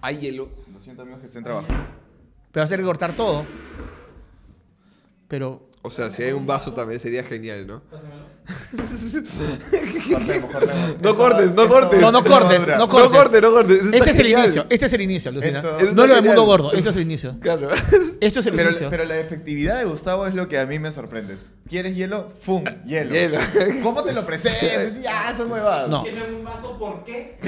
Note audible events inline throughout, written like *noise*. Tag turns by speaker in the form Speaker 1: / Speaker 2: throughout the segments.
Speaker 1: Hay hielo. Lo siento, amigos, que estén trabajando.
Speaker 2: *laughs* Pero vas a tener que cortar todo. Pero.
Speaker 1: O sea, si hay un vaso también sería genial, ¿no?
Speaker 3: Cortemos, cortemos.
Speaker 1: *laughs* No cortes, no
Speaker 3: Esto-
Speaker 1: cortes.
Speaker 2: No, no
Speaker 1: Esto-
Speaker 2: cortes, no
Speaker 1: No
Speaker 2: cortes.
Speaker 1: cortes, no cortes. Esto
Speaker 2: Este
Speaker 1: está
Speaker 2: es el
Speaker 1: genial.
Speaker 2: inicio, este es el inicio, Lucina.
Speaker 3: Esto-
Speaker 1: esto
Speaker 2: no lo del
Speaker 1: genial.
Speaker 2: mundo gordo, este es el inicio. *laughs*
Speaker 1: Claro.
Speaker 2: Esto es el
Speaker 3: Pero,
Speaker 2: inicio.
Speaker 3: pero la efectividad de Gustavo es lo que a mí me sorprende. ¿Quieres hielo? ¡Fum! Hielo.
Speaker 1: Hielo.
Speaker 3: *laughs* ¿Cómo te lo presentes?
Speaker 1: *laughs*
Speaker 3: Ya, son huevadas.
Speaker 2: No.
Speaker 4: Tienen un vaso, ¿por qué?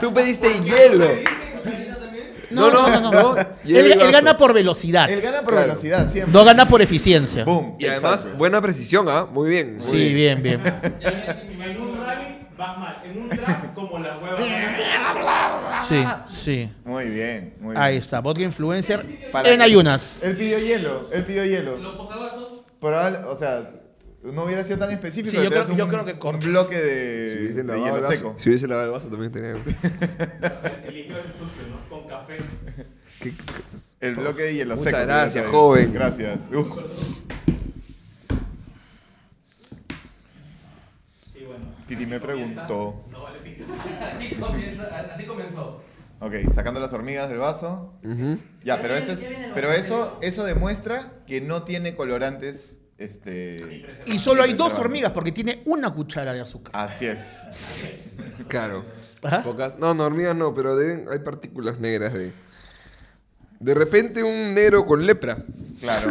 Speaker 1: Tú pediste hielo.
Speaker 4: ¿Me dicen, Carita, también?
Speaker 2: No, no, no, no.
Speaker 1: no. Y
Speaker 2: Él,
Speaker 1: el
Speaker 2: él
Speaker 1: vaso.
Speaker 2: gana por velocidad.
Speaker 3: Él gana por
Speaker 1: Claro.
Speaker 3: velocidad siempre.
Speaker 2: No gana por eficiencia.
Speaker 3: ¡Boom!
Speaker 1: Y además,
Speaker 3: Exacto.
Speaker 1: buena precisión, ¿ah? Muy bien. muy
Speaker 2: Sí, bien, bien.
Speaker 4: En un rally vas mal. En un draft, como las huevas. *laughs*
Speaker 2: Sí, sí.
Speaker 3: Muy bien, muy bien.
Speaker 2: Ahí está, vodka influencer
Speaker 3: Para-
Speaker 2: en ayunas.
Speaker 3: Él pidió hielo, él pidió hielo.
Speaker 4: Los posavasos.
Speaker 3: Probable, o sea, no hubiera sido tan específico.
Speaker 2: Sí, yo
Speaker 3: te
Speaker 2: creo-
Speaker 3: das un,
Speaker 2: yo creo que
Speaker 3: un
Speaker 2: cortas.
Speaker 3: bloque
Speaker 1: Si
Speaker 3: de,
Speaker 1: hubiese
Speaker 3: de
Speaker 1: lavado el
Speaker 3: hielo
Speaker 1: vaso-
Speaker 3: seco.
Speaker 1: Si hubiese lavado el vaso también tenía.
Speaker 2: *laughs*
Speaker 4: El licor es sucio, ¿no? Con café.
Speaker 1: ¿Qué-
Speaker 3: El bloque de hielo
Speaker 1: Muchas
Speaker 3: seco.
Speaker 1: gracias,
Speaker 3: Gracias,
Speaker 1: joven.
Speaker 3: Gracias. Uf,
Speaker 4: Sí, bueno.
Speaker 3: Titi me preguntó.
Speaker 4: No vale pito. Aquí comienza, así comenzó.
Speaker 3: Ok, sacando las hormigas del vaso.
Speaker 1: Ujú.
Speaker 3: Ya,
Speaker 4: ¿Qué
Speaker 3: pero
Speaker 4: viene-
Speaker 3: eso es,
Speaker 4: qué viene en el
Speaker 3: pero
Speaker 4: vaso?
Speaker 3: eso, eso demuestra que no tiene colorantes, este,
Speaker 2: Y solo hay dos
Speaker 3: Impresionante.
Speaker 2: hormigas porque tiene una cuchara de azúcar.
Speaker 3: así es.
Speaker 1: Claro.
Speaker 2: Ajá.
Speaker 1: Pocas- no, no, hormigas no, pero deben- hay partículas negras de. De repente un negro con lepra.
Speaker 2: *laughs*
Speaker 3: Claro.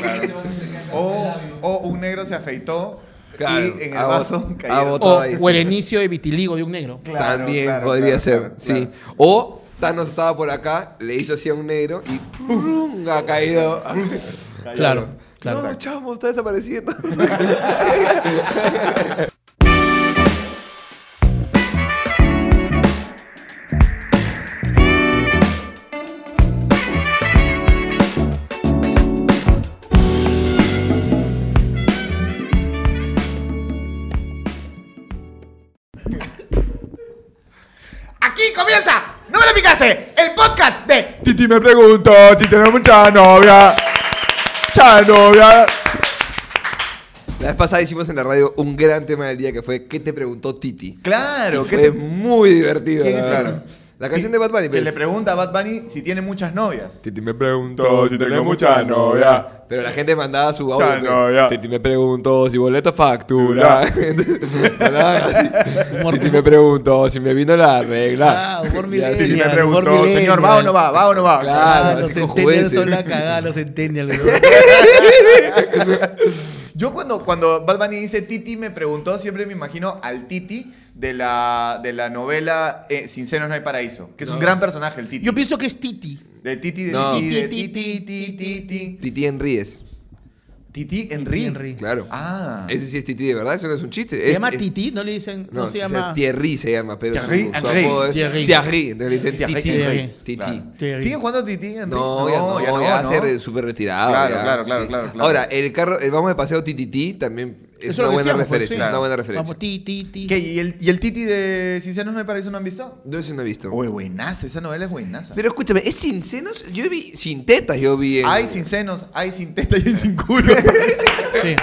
Speaker 3: claro. O, o un negro se afeitó
Speaker 1: Claro,
Speaker 3: y en el
Speaker 1: ha
Speaker 3: vaso
Speaker 1: bot- ha
Speaker 3: cayó.
Speaker 1: bot-
Speaker 2: O,
Speaker 1: Todo ahí,
Speaker 2: o el
Speaker 1: sí.
Speaker 2: inicio de vitiligo de un negro.
Speaker 3: Claro,
Speaker 1: También
Speaker 3: claro,
Speaker 1: podría
Speaker 3: claro,
Speaker 1: ser,
Speaker 3: claro,
Speaker 1: sí. O Thanos estaba por acá, le hizo así a un negro y ¡prum! ha caído.
Speaker 3: Cayó.
Speaker 2: Claro, claro.
Speaker 1: No, chamo, está desapareciendo.
Speaker 3: Aquí comienza No me la picase, el podcast de
Speaker 1: Titi me preguntó si tenemos mucha novia.
Speaker 3: Mucha Novia.
Speaker 1: La vez pasada hicimos en la radio un gran tema del día que fue ¿Qué te preguntó Titi?
Speaker 3: Claro,
Speaker 1: que
Speaker 3: que,
Speaker 1: fue muy divertido.
Speaker 2: ¿Quién
Speaker 1: la
Speaker 2: es
Speaker 1: verdad. La canción de Bad Bunny.
Speaker 3: que
Speaker 1: pues.
Speaker 3: le pregunta a Bad Bunny si tiene muchas novias.
Speaker 1: Titi me preguntó
Speaker 3: si tengo mucha novia.
Speaker 1: Pero la gente mandaba su audio.
Speaker 3: Mucha
Speaker 1: pues.
Speaker 3: novia.
Speaker 1: Titi me preguntó si boleto factura. *laughs* Mandaban así.
Speaker 2: Humor-
Speaker 1: Titi me preguntó si me vino la regla.
Speaker 2: Ah, humor
Speaker 1: Y así.
Speaker 2: Sí,
Speaker 3: y me
Speaker 2: millennial.
Speaker 3: preguntó,
Speaker 2: por
Speaker 3: señor, ¿va o no va? ¿Va o no va?
Speaker 1: Claro, así
Speaker 2: Ah, los
Speaker 1: con
Speaker 2: centennials
Speaker 1: jueces.
Speaker 2: son la cagada,
Speaker 1: *laughs*
Speaker 2: los centennials. bro.
Speaker 3: Yo cuando, cuando Bad Bunny dice Titi me preguntó, siempre me imagino al Titi de la, de la novela eh, Sin senos no hay paraíso, que es
Speaker 1: No.
Speaker 3: un gran personaje el Titi.
Speaker 2: Yo pienso que es Titi.
Speaker 3: de Titi, de
Speaker 1: No.
Speaker 3: Titi, de
Speaker 2: Titi,
Speaker 3: Titi,
Speaker 2: Titi,
Speaker 3: Titi, Titi.
Speaker 1: Titi Enríes.
Speaker 3: Titi Henry.
Speaker 2: Henry.
Speaker 1: Claro.
Speaker 3: Ah.
Speaker 1: Ese sí es Titi de verdad, eso no es un chiste.
Speaker 2: ¿Se
Speaker 1: Es-
Speaker 2: llama
Speaker 1: es-
Speaker 2: Titi? ¿No le dicen? No,
Speaker 1: No,
Speaker 2: se llama...
Speaker 1: Thierry se llama, pero
Speaker 3: Thierry
Speaker 1: su, su
Speaker 3: Henry.
Speaker 1: apodo es
Speaker 2: Thierry.
Speaker 1: Thierry. Entonces le dicen
Speaker 3: Thierry
Speaker 1: Titi.
Speaker 2: Henry.
Speaker 1: Titi.
Speaker 3: Claro.
Speaker 2: Titi.
Speaker 3: ¿Sigue jugando Titi Henry?
Speaker 1: No, ya no, ya,
Speaker 3: ¿no?
Speaker 1: se re- súper retirado.
Speaker 3: Claro,
Speaker 1: ya,
Speaker 3: claro, claro, claro, claro.
Speaker 1: Ahora, el carro, el vamos de paseo Tititi también es
Speaker 2: Eso
Speaker 1: una
Speaker 2: lo
Speaker 1: buena
Speaker 2: decíamos, pues,
Speaker 1: referencia.
Speaker 2: sí.
Speaker 1: Es una buena
Speaker 2: Vamos,
Speaker 1: referencia.
Speaker 2: Titi, Titi.
Speaker 3: ¿Qué? ¿Y el, ¿Y el Titi de Sin senos no hay paraíso no han visto?
Speaker 1: No sé si no he visto.
Speaker 3: Uy, buenaza, esa novela es buenaza.
Speaker 1: Pero eh, escúchame, ¿es sin senos? Yo vi sin tetas, yo vi. en-
Speaker 3: Hay sin senos, hay sin teta y hay
Speaker 1: *laughs*
Speaker 3: sin culo.
Speaker 2: Sí.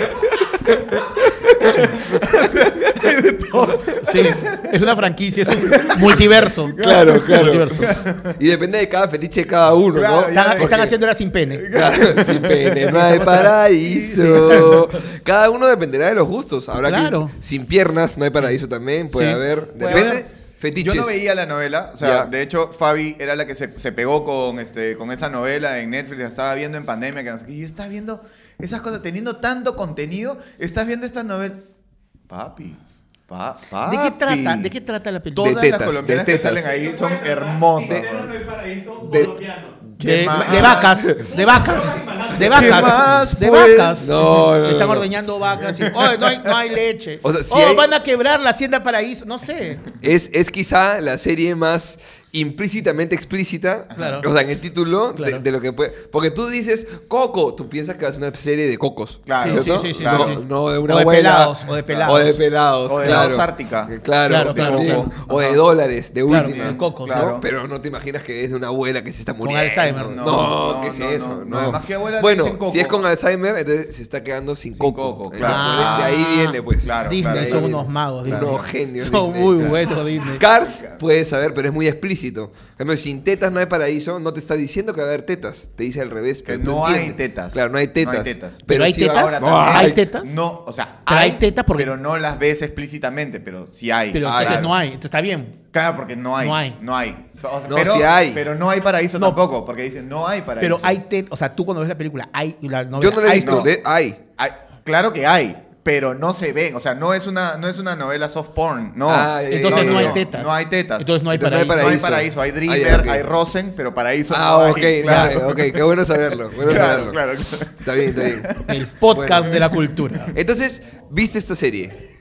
Speaker 2: Sí, *laughs* es una franquicia, es un multiverso.
Speaker 1: Claro, claro.
Speaker 2: Multiverso.
Speaker 1: Y depende de cada fetiche de cada uno, ¿no?
Speaker 3: Claro, ya-
Speaker 2: Están,
Speaker 3: porque-
Speaker 2: están haciendo era sin pene. *laughs*
Speaker 1: Claro, sin pene, no hay paraíso. Cada uno dependerá de los gustos. Habrá
Speaker 2: Claro.
Speaker 1: que sin piernas no hay paraíso también. Puede
Speaker 2: Sí.
Speaker 1: haber.
Speaker 2: Puede
Speaker 1: Depende.
Speaker 2: haber.
Speaker 1: Fetiches.
Speaker 3: Yo no veía la novela, o sea,
Speaker 1: Ya.
Speaker 3: de hecho Fabi era la que se, se pegó con, este, con esa novela en Netflix, la estaba viendo en pandemia, que no sé qué, y yo estaba viendo esas cosas, teniendo tanto contenido, estás viendo esta novela. Papi, pa, papi.
Speaker 2: ¿De qué trata? ¿De qué trata la película?
Speaker 3: Todas
Speaker 1: De tetas,
Speaker 3: las colombianas
Speaker 1: de
Speaker 3: que
Speaker 1: tetas.
Speaker 3: salen ahí son
Speaker 4: De,
Speaker 3: hermosas.
Speaker 4: no
Speaker 3: weón.
Speaker 4: hay paraíso
Speaker 1: De-
Speaker 4: colombiano.
Speaker 2: De,
Speaker 3: ¿Qué más?
Speaker 2: de vacas, de vacas, de
Speaker 3: ¿Qué
Speaker 2: vacas,
Speaker 3: más,
Speaker 2: de
Speaker 3: pues?
Speaker 2: vacas.
Speaker 1: No, no,
Speaker 2: Están
Speaker 1: no.
Speaker 2: ordeñando vacas. Y, "Oye, no, hay, no hay leche.
Speaker 1: O sea, si
Speaker 2: oh,
Speaker 1: hay-
Speaker 2: van a quebrar la hacienda paraíso. No sé.
Speaker 1: Es, es quizá la serie más implícitamente explícita,
Speaker 2: Claro.
Speaker 1: o sea, en el título de-
Speaker 2: Claro.
Speaker 1: de, lo que puede. Porque tú dices Coco, tú piensas que es una serie de cocos.
Speaker 3: Claro,
Speaker 2: Sí, sí,
Speaker 1: ¿cierto?
Speaker 2: sí, sí,
Speaker 1: no,
Speaker 2: sí.
Speaker 1: no de una
Speaker 2: O de
Speaker 1: abuela,
Speaker 2: pelados, o de pelados.
Speaker 1: O de pelados,
Speaker 3: O de
Speaker 1: claro. Eh,
Speaker 3: la Ártica.
Speaker 1: Claro,
Speaker 2: Claro, claro,
Speaker 1: también.
Speaker 3: claro.
Speaker 1: O de
Speaker 2: Ajá.
Speaker 1: dólares, de
Speaker 2: Claro,
Speaker 1: última.
Speaker 2: de cocos,
Speaker 1: ¿no?
Speaker 3: claro.
Speaker 1: Pero no te imaginas que es de una abuela que se está muriendo.
Speaker 2: Alzheimer.
Speaker 1: No,
Speaker 3: No,
Speaker 1: ¿qué
Speaker 3: no,
Speaker 1: es
Speaker 3: no,
Speaker 1: eso?
Speaker 3: no.
Speaker 1: No.
Speaker 3: Además, ¿qué abuela le
Speaker 1: bueno,
Speaker 3: dicen coco?
Speaker 1: si es con Alzheimer, entonces se está quedando sin, coco.
Speaker 3: coco,
Speaker 1: Entonces,
Speaker 2: claro.
Speaker 1: De ahí viene, pues.
Speaker 3: Claro,
Speaker 2: Ah. Disney
Speaker 3: claro.
Speaker 2: son
Speaker 1: Ahí
Speaker 2: unos
Speaker 1: viene.
Speaker 2: magos.
Speaker 1: Unos
Speaker 2: Disney.
Speaker 1: genios.
Speaker 2: Son
Speaker 1: Disney.
Speaker 2: muy buenos Disney.
Speaker 1: Cars puedes saber, pero es muy explícito. explícito. Por ejemplo, sin tetas no hay paraíso, no te está diciendo que va a haber tetas. Te dice al revés.
Speaker 3: Que
Speaker 1: Pero tú
Speaker 3: no hay
Speaker 1: entiendes.
Speaker 3: tetas.
Speaker 1: Claro, no hay
Speaker 3: No hay
Speaker 1: tetas.
Speaker 3: tetas.
Speaker 2: ¿Pero hay
Speaker 1: sí va a
Speaker 2: tetas?
Speaker 1: haber-
Speaker 3: Ahora
Speaker 1: ¡Ay!
Speaker 2: ¿Hay tetas?
Speaker 3: No, o sea,
Speaker 2: Pero hay tetas porque-
Speaker 3: pero no las ves explícitamente, pero sí hay.
Speaker 2: Pero
Speaker 1: Ah,
Speaker 2: entonces
Speaker 1: claro.
Speaker 2: no hay, entonces está bien.
Speaker 3: Claro, porque no hay.
Speaker 2: No
Speaker 3: No hay.
Speaker 2: hay.
Speaker 3: O sea,
Speaker 1: No,
Speaker 3: pero,
Speaker 1: sí hay.
Speaker 3: Pero no hay paraíso
Speaker 2: No.
Speaker 3: tampoco, porque dicen no hay paraíso.
Speaker 2: Pero hay tetas, o sea, tú cuando ves la película, hay la novela,
Speaker 1: Yo no la he
Speaker 2: hay
Speaker 1: visto. ¿eh?
Speaker 3: no.
Speaker 1: de- Ay.
Speaker 3: Hay- claro que hay, pero no se ven. O sea, no es una, no es una novela soft porn, no.
Speaker 1: Ah, ya, ya,
Speaker 2: Entonces
Speaker 1: ya,
Speaker 2: no
Speaker 1: ya.
Speaker 2: hay tetas.
Speaker 3: No hay tetas.
Speaker 2: Entonces no hay
Speaker 1: Entonces no hay
Speaker 2: paraíso.
Speaker 3: No hay
Speaker 1: Paraíso.
Speaker 3: paraíso, hay Dreamer,
Speaker 1: Ah, ya, ok.
Speaker 3: hay Rosen, pero paraíso
Speaker 1: Ah,
Speaker 3: no
Speaker 1: ok,
Speaker 3: hay.
Speaker 1: claro, ok, qué bueno saberlo. Bueno
Speaker 3: *laughs*
Speaker 1: saberlo.
Speaker 3: Claro, claro, claro.
Speaker 1: Está bien, está bien.
Speaker 2: *laughs* *laughs* El podcast
Speaker 1: Bueno.
Speaker 2: de la cultura.
Speaker 1: *laughs* Entonces, ¿viste esta serie?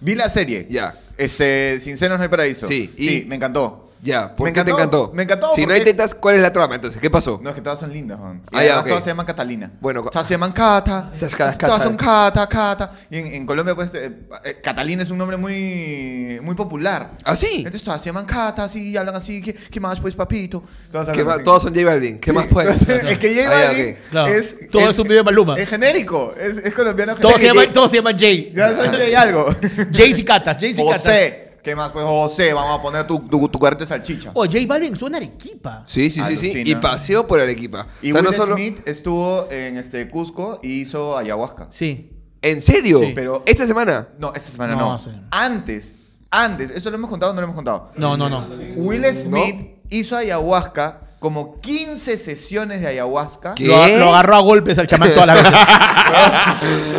Speaker 3: Vi la serie.
Speaker 1: Ya.
Speaker 3: Este, Sinceros no hay paraíso.
Speaker 1: Sí, y-
Speaker 3: sí, me encantó.
Speaker 1: Ya, ¿por
Speaker 3: Me
Speaker 1: qué te
Speaker 3: encantó,
Speaker 1: encantó?
Speaker 3: me encantó,
Speaker 1: Si no
Speaker 3: porque-
Speaker 1: hay tetas, ¿cuál es la trama? Entonces, ¿qué pasó?
Speaker 3: No, es que todas son lindas, Juan. Y
Speaker 1: Ah, ya,
Speaker 3: además
Speaker 1: ok.
Speaker 3: todas se llaman Catalina.
Speaker 1: Bueno, cu-
Speaker 3: todas se llaman Cata.
Speaker 1: Esas caras,
Speaker 3: Todas
Speaker 1: Cata.
Speaker 3: son Cata, Cata. Y en, en Colombia, pues, eh, eh, Catalina es un nombre muy, muy popular.
Speaker 1: ¿Ah, sí?
Speaker 3: Entonces todas se llaman Cata, así, y hablan así, ¿qué, qué más pues, papito? Todas
Speaker 1: ¿Qué
Speaker 3: hablan
Speaker 1: más-
Speaker 3: así.
Speaker 1: todos son J Balvin. ¿Qué más puedes?
Speaker 3: *laughs* es que J
Speaker 1: Ah, ya,
Speaker 3: Balvin
Speaker 1: ok.
Speaker 2: Claro.
Speaker 3: es,
Speaker 2: Todo es un video de Maluma.
Speaker 3: Es genérico, es, es colombiano
Speaker 2: Todos se
Speaker 3: genérico.
Speaker 2: llaman, todos se llaman
Speaker 3: *laughs*
Speaker 2: Jay.
Speaker 3: Ya son J
Speaker 2: *laughs*
Speaker 3: algo.
Speaker 2: Jay y Catas, Jay y Catas.
Speaker 3: José, ¿qué más pues, José? Vamos a poner tu, tu, tu carrito de salchicha.
Speaker 2: Oh, Jay Balvin suena Arequipa.
Speaker 1: Sí, sí, sí, sí.
Speaker 3: Alucina.
Speaker 1: Y paseo por Arequipa.
Speaker 3: Y
Speaker 1: O sea,
Speaker 3: Will
Speaker 1: no solo-
Speaker 3: Smith estuvo en este Cusco y hizo ayahuasca.
Speaker 2: Sí.
Speaker 1: ¿En serio?
Speaker 2: Sí.
Speaker 1: Pero esta semana.
Speaker 3: No, esta semana
Speaker 2: No,
Speaker 3: no.
Speaker 2: sí.
Speaker 3: Antes, antes, ¿eso lo hemos contado o no lo hemos contado?
Speaker 2: No, no, no.
Speaker 3: Will Smith hizo ayahuasca como 15 sesiones de ayahuasca.
Speaker 1: ¿Qué?
Speaker 2: Lo, lo agarró a golpes al chamán toda
Speaker 3: *laughs*
Speaker 2: la vez.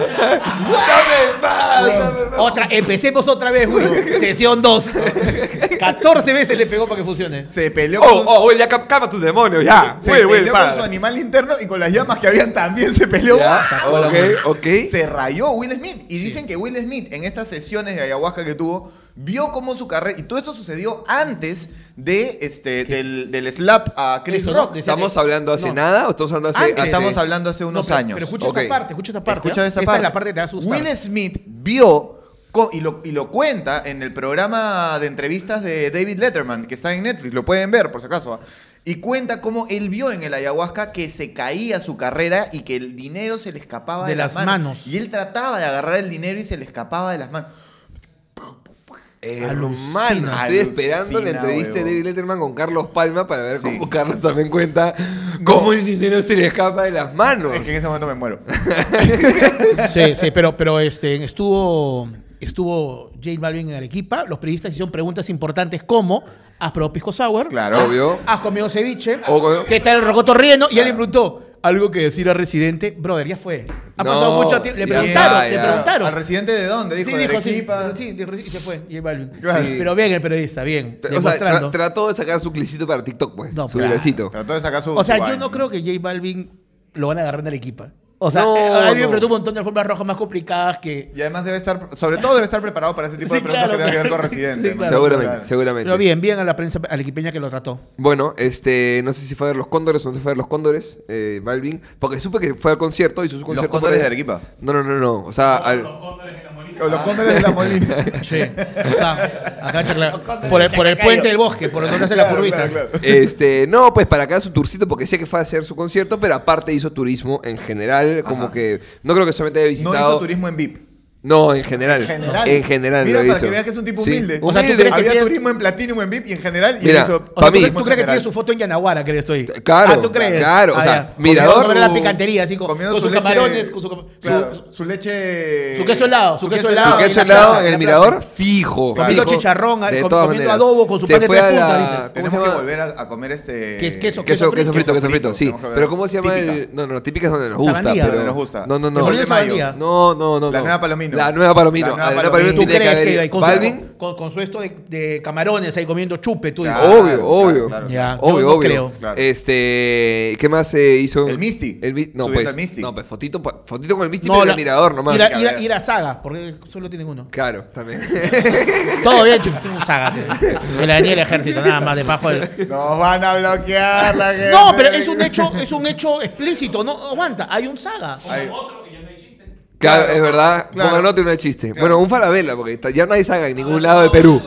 Speaker 3: ¡Dame más! dame más!
Speaker 2: Otra, empecemos otra vez, güey. Sesión 2. 14 veces le pegó para que funcione.
Speaker 3: Se peleó
Speaker 1: Oh,
Speaker 3: con,
Speaker 1: oh, Will, ya cap- capa tus demonios, ya.
Speaker 3: se
Speaker 1: Will,
Speaker 3: peleó
Speaker 1: Will,
Speaker 3: con
Speaker 1: para.
Speaker 3: su animal interno y con las llamas que habían también se peleó. *laughs*
Speaker 1: Ya, ok, ok.
Speaker 3: Se rayó Will Smith. Y dicen que Will Smith en estas sesiones de ayahuasca que tuvo, vio cómo su carrera... Y todo esto sucedió antes de, este, del, del slap a Chris
Speaker 2: Eso, ¿no?
Speaker 3: Rock.
Speaker 2: De ese-
Speaker 1: ¿Estamos hablando hace
Speaker 2: No.
Speaker 1: nada o estamos hablando hace.?
Speaker 3: Antes.
Speaker 1: hace-
Speaker 3: Estamos hablando hace
Speaker 2: No,
Speaker 3: unos
Speaker 2: pero-
Speaker 3: años.
Speaker 2: Pero escucha
Speaker 1: Ok.
Speaker 2: esta parte, escucha esta parte.
Speaker 3: Escucha
Speaker 2: ¿eh?
Speaker 3: esa
Speaker 2: esta
Speaker 3: parte.
Speaker 2: es la parte que te va a asustar.
Speaker 3: Will Smith vio co- y lo, y lo cuenta en el programa de entrevistas de David Letterman, que está en Netflix, lo pueden ver por si acaso. ¿ah? Y cuenta cómo él vio en el ayahuasca que se caía su carrera y que el dinero se le escapaba de,
Speaker 2: De las manos.
Speaker 3: Y él trataba de agarrar el dinero y se le escapaba de las manos.
Speaker 1: Hermano,
Speaker 2: Alucina.
Speaker 1: estoy esperando la
Speaker 3: Alucina,
Speaker 1: entrevista de
Speaker 3: huevón.
Speaker 1: David Letterman con Carlos Palma para ver
Speaker 3: Sí.
Speaker 1: cómo Carlos también cuenta cómo el dinero se le escapa de las manos.
Speaker 3: Es que en ese momento me muero.
Speaker 2: Sí, sí, pero, pero este, estuvo, estuvo Jay Balvin en Arequipa. Los periodistas hicieron preguntas importantes como: ¿has probado pisco sour? ¿Ah?
Speaker 3: Claro.
Speaker 1: Obvio.
Speaker 2: ¿Has comido ceviche?
Speaker 1: Obvio.
Speaker 2: ¿Qué tal el rocoto rieno? Y él le preguntó. Algo que decir al residente, brother, ya fue. Ha
Speaker 1: No,
Speaker 2: pasado mucho tiempo. Le
Speaker 1: ya
Speaker 2: preguntaron,
Speaker 1: está,
Speaker 2: le
Speaker 1: ya.
Speaker 2: preguntaron.
Speaker 3: ¿Al residente de dónde? Dijo,
Speaker 2: sí,
Speaker 3: de
Speaker 2: dijo, sí,
Speaker 3: Arequipa.
Speaker 2: sí, dijo, sí, y se fue, J Balvin.
Speaker 3: Claro.
Speaker 2: Sí, Pero bien el periodista, bien.
Speaker 1: O sea, tra-
Speaker 2: demostrando.
Speaker 1: trató de sacar su clicito para TikTok, pues.
Speaker 2: No,
Speaker 1: su
Speaker 2: claro.
Speaker 1: viralcito.
Speaker 3: Trató de sacar su.
Speaker 2: O sea,
Speaker 3: su
Speaker 2: yo
Speaker 3: vaina.
Speaker 2: no creo que J Balvin lo van a agarrar en Arequipa. O sea,
Speaker 1: No,
Speaker 2: eh, a mí me
Speaker 1: no.
Speaker 2: enfrentó un montón de formas rojas más complicadas que.
Speaker 3: Y además debe estar, sobre todo debe estar preparado para ese tipo
Speaker 2: Sí,
Speaker 3: de preguntas
Speaker 2: claro,
Speaker 3: que tengan que ver
Speaker 2: claro.
Speaker 3: con residentes.
Speaker 2: Sí,
Speaker 3: ¿no?
Speaker 2: claro.
Speaker 1: Seguramente,
Speaker 3: Claro.
Speaker 1: seguramente.
Speaker 2: Pero bien, bien a la prensa arequipeña que lo trató.
Speaker 1: Bueno, este, no sé si fue a ver los Cóndores o no se fue a ver los Cóndores, eh, Balvin, porque supe que fue al concierto y su concierto. por
Speaker 3: Cóndores
Speaker 1: ahí-
Speaker 3: de Arequipa?
Speaker 1: No, no, no, no. O sea, al,
Speaker 4: Los cóndores en la molina.
Speaker 3: Con los cóndores de la
Speaker 2: *laughs*
Speaker 3: Molina.
Speaker 2: Sí. Acá, acá en Chaclayo. Por el, por el puente del bosque, por donde hace la
Speaker 3: Claro,
Speaker 2: curvita.
Speaker 3: claro,
Speaker 1: *laughs*
Speaker 3: claro.
Speaker 1: este, no, pues para acá su turcito, porque sé que fue a hacer su concierto, pero aparte hizo turismo en general, como
Speaker 3: Ajá.
Speaker 1: que no creo que solamente haya
Speaker 3: No
Speaker 1: visitado.
Speaker 3: hizo turismo en VIP.
Speaker 1: No, en general.
Speaker 3: En general.
Speaker 1: En general
Speaker 3: Mira,
Speaker 1: lo
Speaker 3: para
Speaker 1: hizo.
Speaker 3: que veas que es un tipo
Speaker 1: Sí,
Speaker 3: humilde.
Speaker 2: O sea, ¿tú
Speaker 1: humilde.
Speaker 2: crees que
Speaker 3: Había
Speaker 2: tiene-
Speaker 3: turismo en Platinum, en VIP y en general. Y
Speaker 1: Mira,
Speaker 3: hizo
Speaker 1: pa'
Speaker 2: O sea, ¿tú,
Speaker 1: mí.
Speaker 2: crees- tú crees que tiene su foto en Yanaguara, crees tú?
Speaker 1: Claro,
Speaker 2: Ah, ¿tú crees?
Speaker 1: claro, o
Speaker 2: Ah,
Speaker 1: sea,
Speaker 2: ya.
Speaker 1: mirador.
Speaker 2: Comiendo sobre la
Speaker 3: Su-
Speaker 2: picantería, así con,
Speaker 3: comiendo
Speaker 2: con
Speaker 3: su
Speaker 2: sus
Speaker 3: leche-
Speaker 2: camarones, con su, cam- su-
Speaker 3: Claro,
Speaker 2: su-
Speaker 3: su leche.
Speaker 2: su queso helado, su queso helado.
Speaker 1: Su
Speaker 2: Ah,
Speaker 1: queso
Speaker 2: en la
Speaker 1: helado
Speaker 2: plaza,
Speaker 1: en
Speaker 2: en
Speaker 1: el
Speaker 2: la
Speaker 1: mirador, fijo.
Speaker 2: Comiendo
Speaker 1: fijo,
Speaker 2: chicharrón,
Speaker 1: de
Speaker 2: com-
Speaker 1: todas
Speaker 2: comiendo
Speaker 1: maneras.
Speaker 2: adobo con su
Speaker 1: Se
Speaker 2: pan de
Speaker 1: fue
Speaker 2: tres
Speaker 1: a la-
Speaker 2: puntas, dices.
Speaker 1: ¿Cómo
Speaker 3: Tenemos
Speaker 1: se
Speaker 3: que
Speaker 1: llama?
Speaker 3: volver a, a comer este.
Speaker 2: Que es queso,
Speaker 1: Queso, queso,
Speaker 2: frito,
Speaker 1: frito, queso frito, sí.
Speaker 3: tenemos que
Speaker 1: Pero ¿cómo se llama
Speaker 3: Típica.
Speaker 1: el...? No, no, no, típica es donde nos gusta.
Speaker 2: Sabandía.
Speaker 1: Pero
Speaker 2: Donde
Speaker 3: nos gusta.
Speaker 1: No, no, no.
Speaker 3: Sol
Speaker 2: Sol de Mayo.
Speaker 1: No, no, no.
Speaker 3: La
Speaker 1: no.
Speaker 3: nueva Palomino.
Speaker 1: La nueva Palomino.
Speaker 3: La nueva
Speaker 1: Ah, La nueva
Speaker 3: Palomino.
Speaker 1: Palomino
Speaker 2: ¿Tú
Speaker 1: tiene que
Speaker 2: crees que
Speaker 1: haber...
Speaker 2: ahí con,
Speaker 1: Balvin,
Speaker 2: su, con, con su esto de, de camarones ahí comiendo chupe, tú dices?
Speaker 3: Claro,
Speaker 1: Obvio, obvio.
Speaker 3: claro,
Speaker 2: Ya.
Speaker 3: claro.
Speaker 2: Ah, yo
Speaker 1: obvio,
Speaker 2: no
Speaker 1: obvio.
Speaker 2: creo.
Speaker 3: Claro.
Speaker 1: Este... ¿Qué más se hizo?
Speaker 3: El Misti.
Speaker 1: El Mi- No,
Speaker 3: Subiendo
Speaker 1: pues...
Speaker 3: al Misti.
Speaker 1: No, pues fotito, pa- fotito con el Misti, pero en
Speaker 2: la-
Speaker 1: el mirador nomás.
Speaker 2: Y la,
Speaker 3: Ya,
Speaker 2: y la-
Speaker 3: ya.
Speaker 2: y la saga, porque solo tienen uno.
Speaker 1: Claro,
Speaker 3: *laughs*
Speaker 1: también.
Speaker 2: Todo bien, chup, tú saga. tío. Que la dañé el ejército, nada más, debajo del.
Speaker 3: Nos van a bloquear la gente.
Speaker 2: No, pero es un hecho, es un hecho explícito, no aguanta, hay un saga.
Speaker 3: Ahí.
Speaker 4: Otro que ya no hay chiste.
Speaker 1: Claro,
Speaker 3: Claro,
Speaker 1: es verdad.
Speaker 3: claro.
Speaker 1: Pongan otro y no hay chiste.
Speaker 3: Claro.
Speaker 1: Bueno, un farabela, porque está- ya no hay saga en ningún lado de Perú.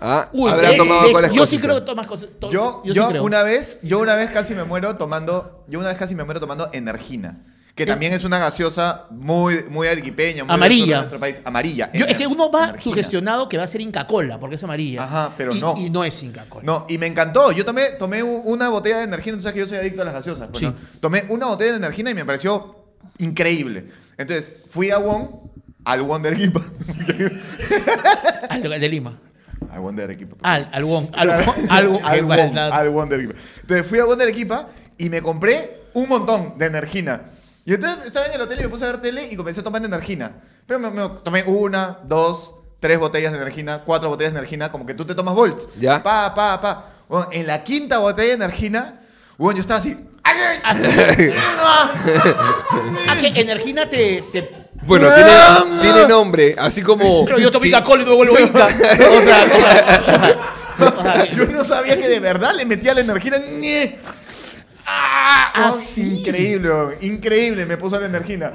Speaker 1: Ah,
Speaker 2: Uy,
Speaker 1: habrá
Speaker 2: de-
Speaker 1: tomado eh.
Speaker 2: de-
Speaker 1: cola
Speaker 2: yo sí
Speaker 1: escocesa.
Speaker 2: creo que tomas cosas. to-
Speaker 3: Yo, yo,
Speaker 2: sí creo.
Speaker 3: una vez, yo una vez casi me muero tomando, yo una vez casi me muero tomando energina. que también es una gaseosa muy, muy arequipeña, muy del sur
Speaker 2: Amarilla.
Speaker 3: de nuestro país. Amarilla.
Speaker 2: Yo- es que uno va
Speaker 3: Energía.
Speaker 2: sugestionado que va a ser Inca Cola, porque es amarilla.
Speaker 3: Ajá, pero
Speaker 2: Y-
Speaker 3: no.
Speaker 2: Y no es Inca Cola.
Speaker 3: No, y me encantó. Yo tomé, tomé u- una botella de energina, tú sabes que yo soy adicto a las gaseosas. pues,
Speaker 2: Sí.
Speaker 3: ¿no? Tomé una botella de energina y me pareció increíble. Entonces, fui a Won, al Won de Arequipa. *laughs*
Speaker 2: Al de Lima.
Speaker 3: al Won de Arequipa. por
Speaker 2: Al,
Speaker 3: favor.
Speaker 2: al Wong. Al,
Speaker 3: Claro.
Speaker 2: Wong- al Wong-
Speaker 3: Al
Speaker 2: qué
Speaker 3: Won,
Speaker 2: maldad.
Speaker 3: al Won de Arequipa. Entonces, fui al Won de Arequipa y me compré un montón de energina. Y entonces estaba en el hotel y me puse a ver tele y comencé a tomar energina. Pero me, me tomé una, dos, tres botellas de energina, cuatro botellas de energina, como que tú te tomas volts.
Speaker 1: Ya.
Speaker 3: Pa, pa, pa. Bueno, en la quinta botella de energina, bueno, yo estaba así. ¡Ay, ay, ay! *laughs*
Speaker 2: Así. Ah, que Energina te. te-
Speaker 1: Bueno, tiene, tiene nombre, así como.
Speaker 2: Pero yo tomo
Speaker 1: sí,
Speaker 2: Inca Cola y me vuelvo
Speaker 3: *laughs*
Speaker 2: Inca. O sea, o sea, o sea,
Speaker 3: Yo no sabía que de verdad le metía la energina. ¡Nie! ¡Ah!
Speaker 2: Ah,
Speaker 3: Weón,
Speaker 2: sí.
Speaker 3: Increíble, weón, increíble, me puso la energina.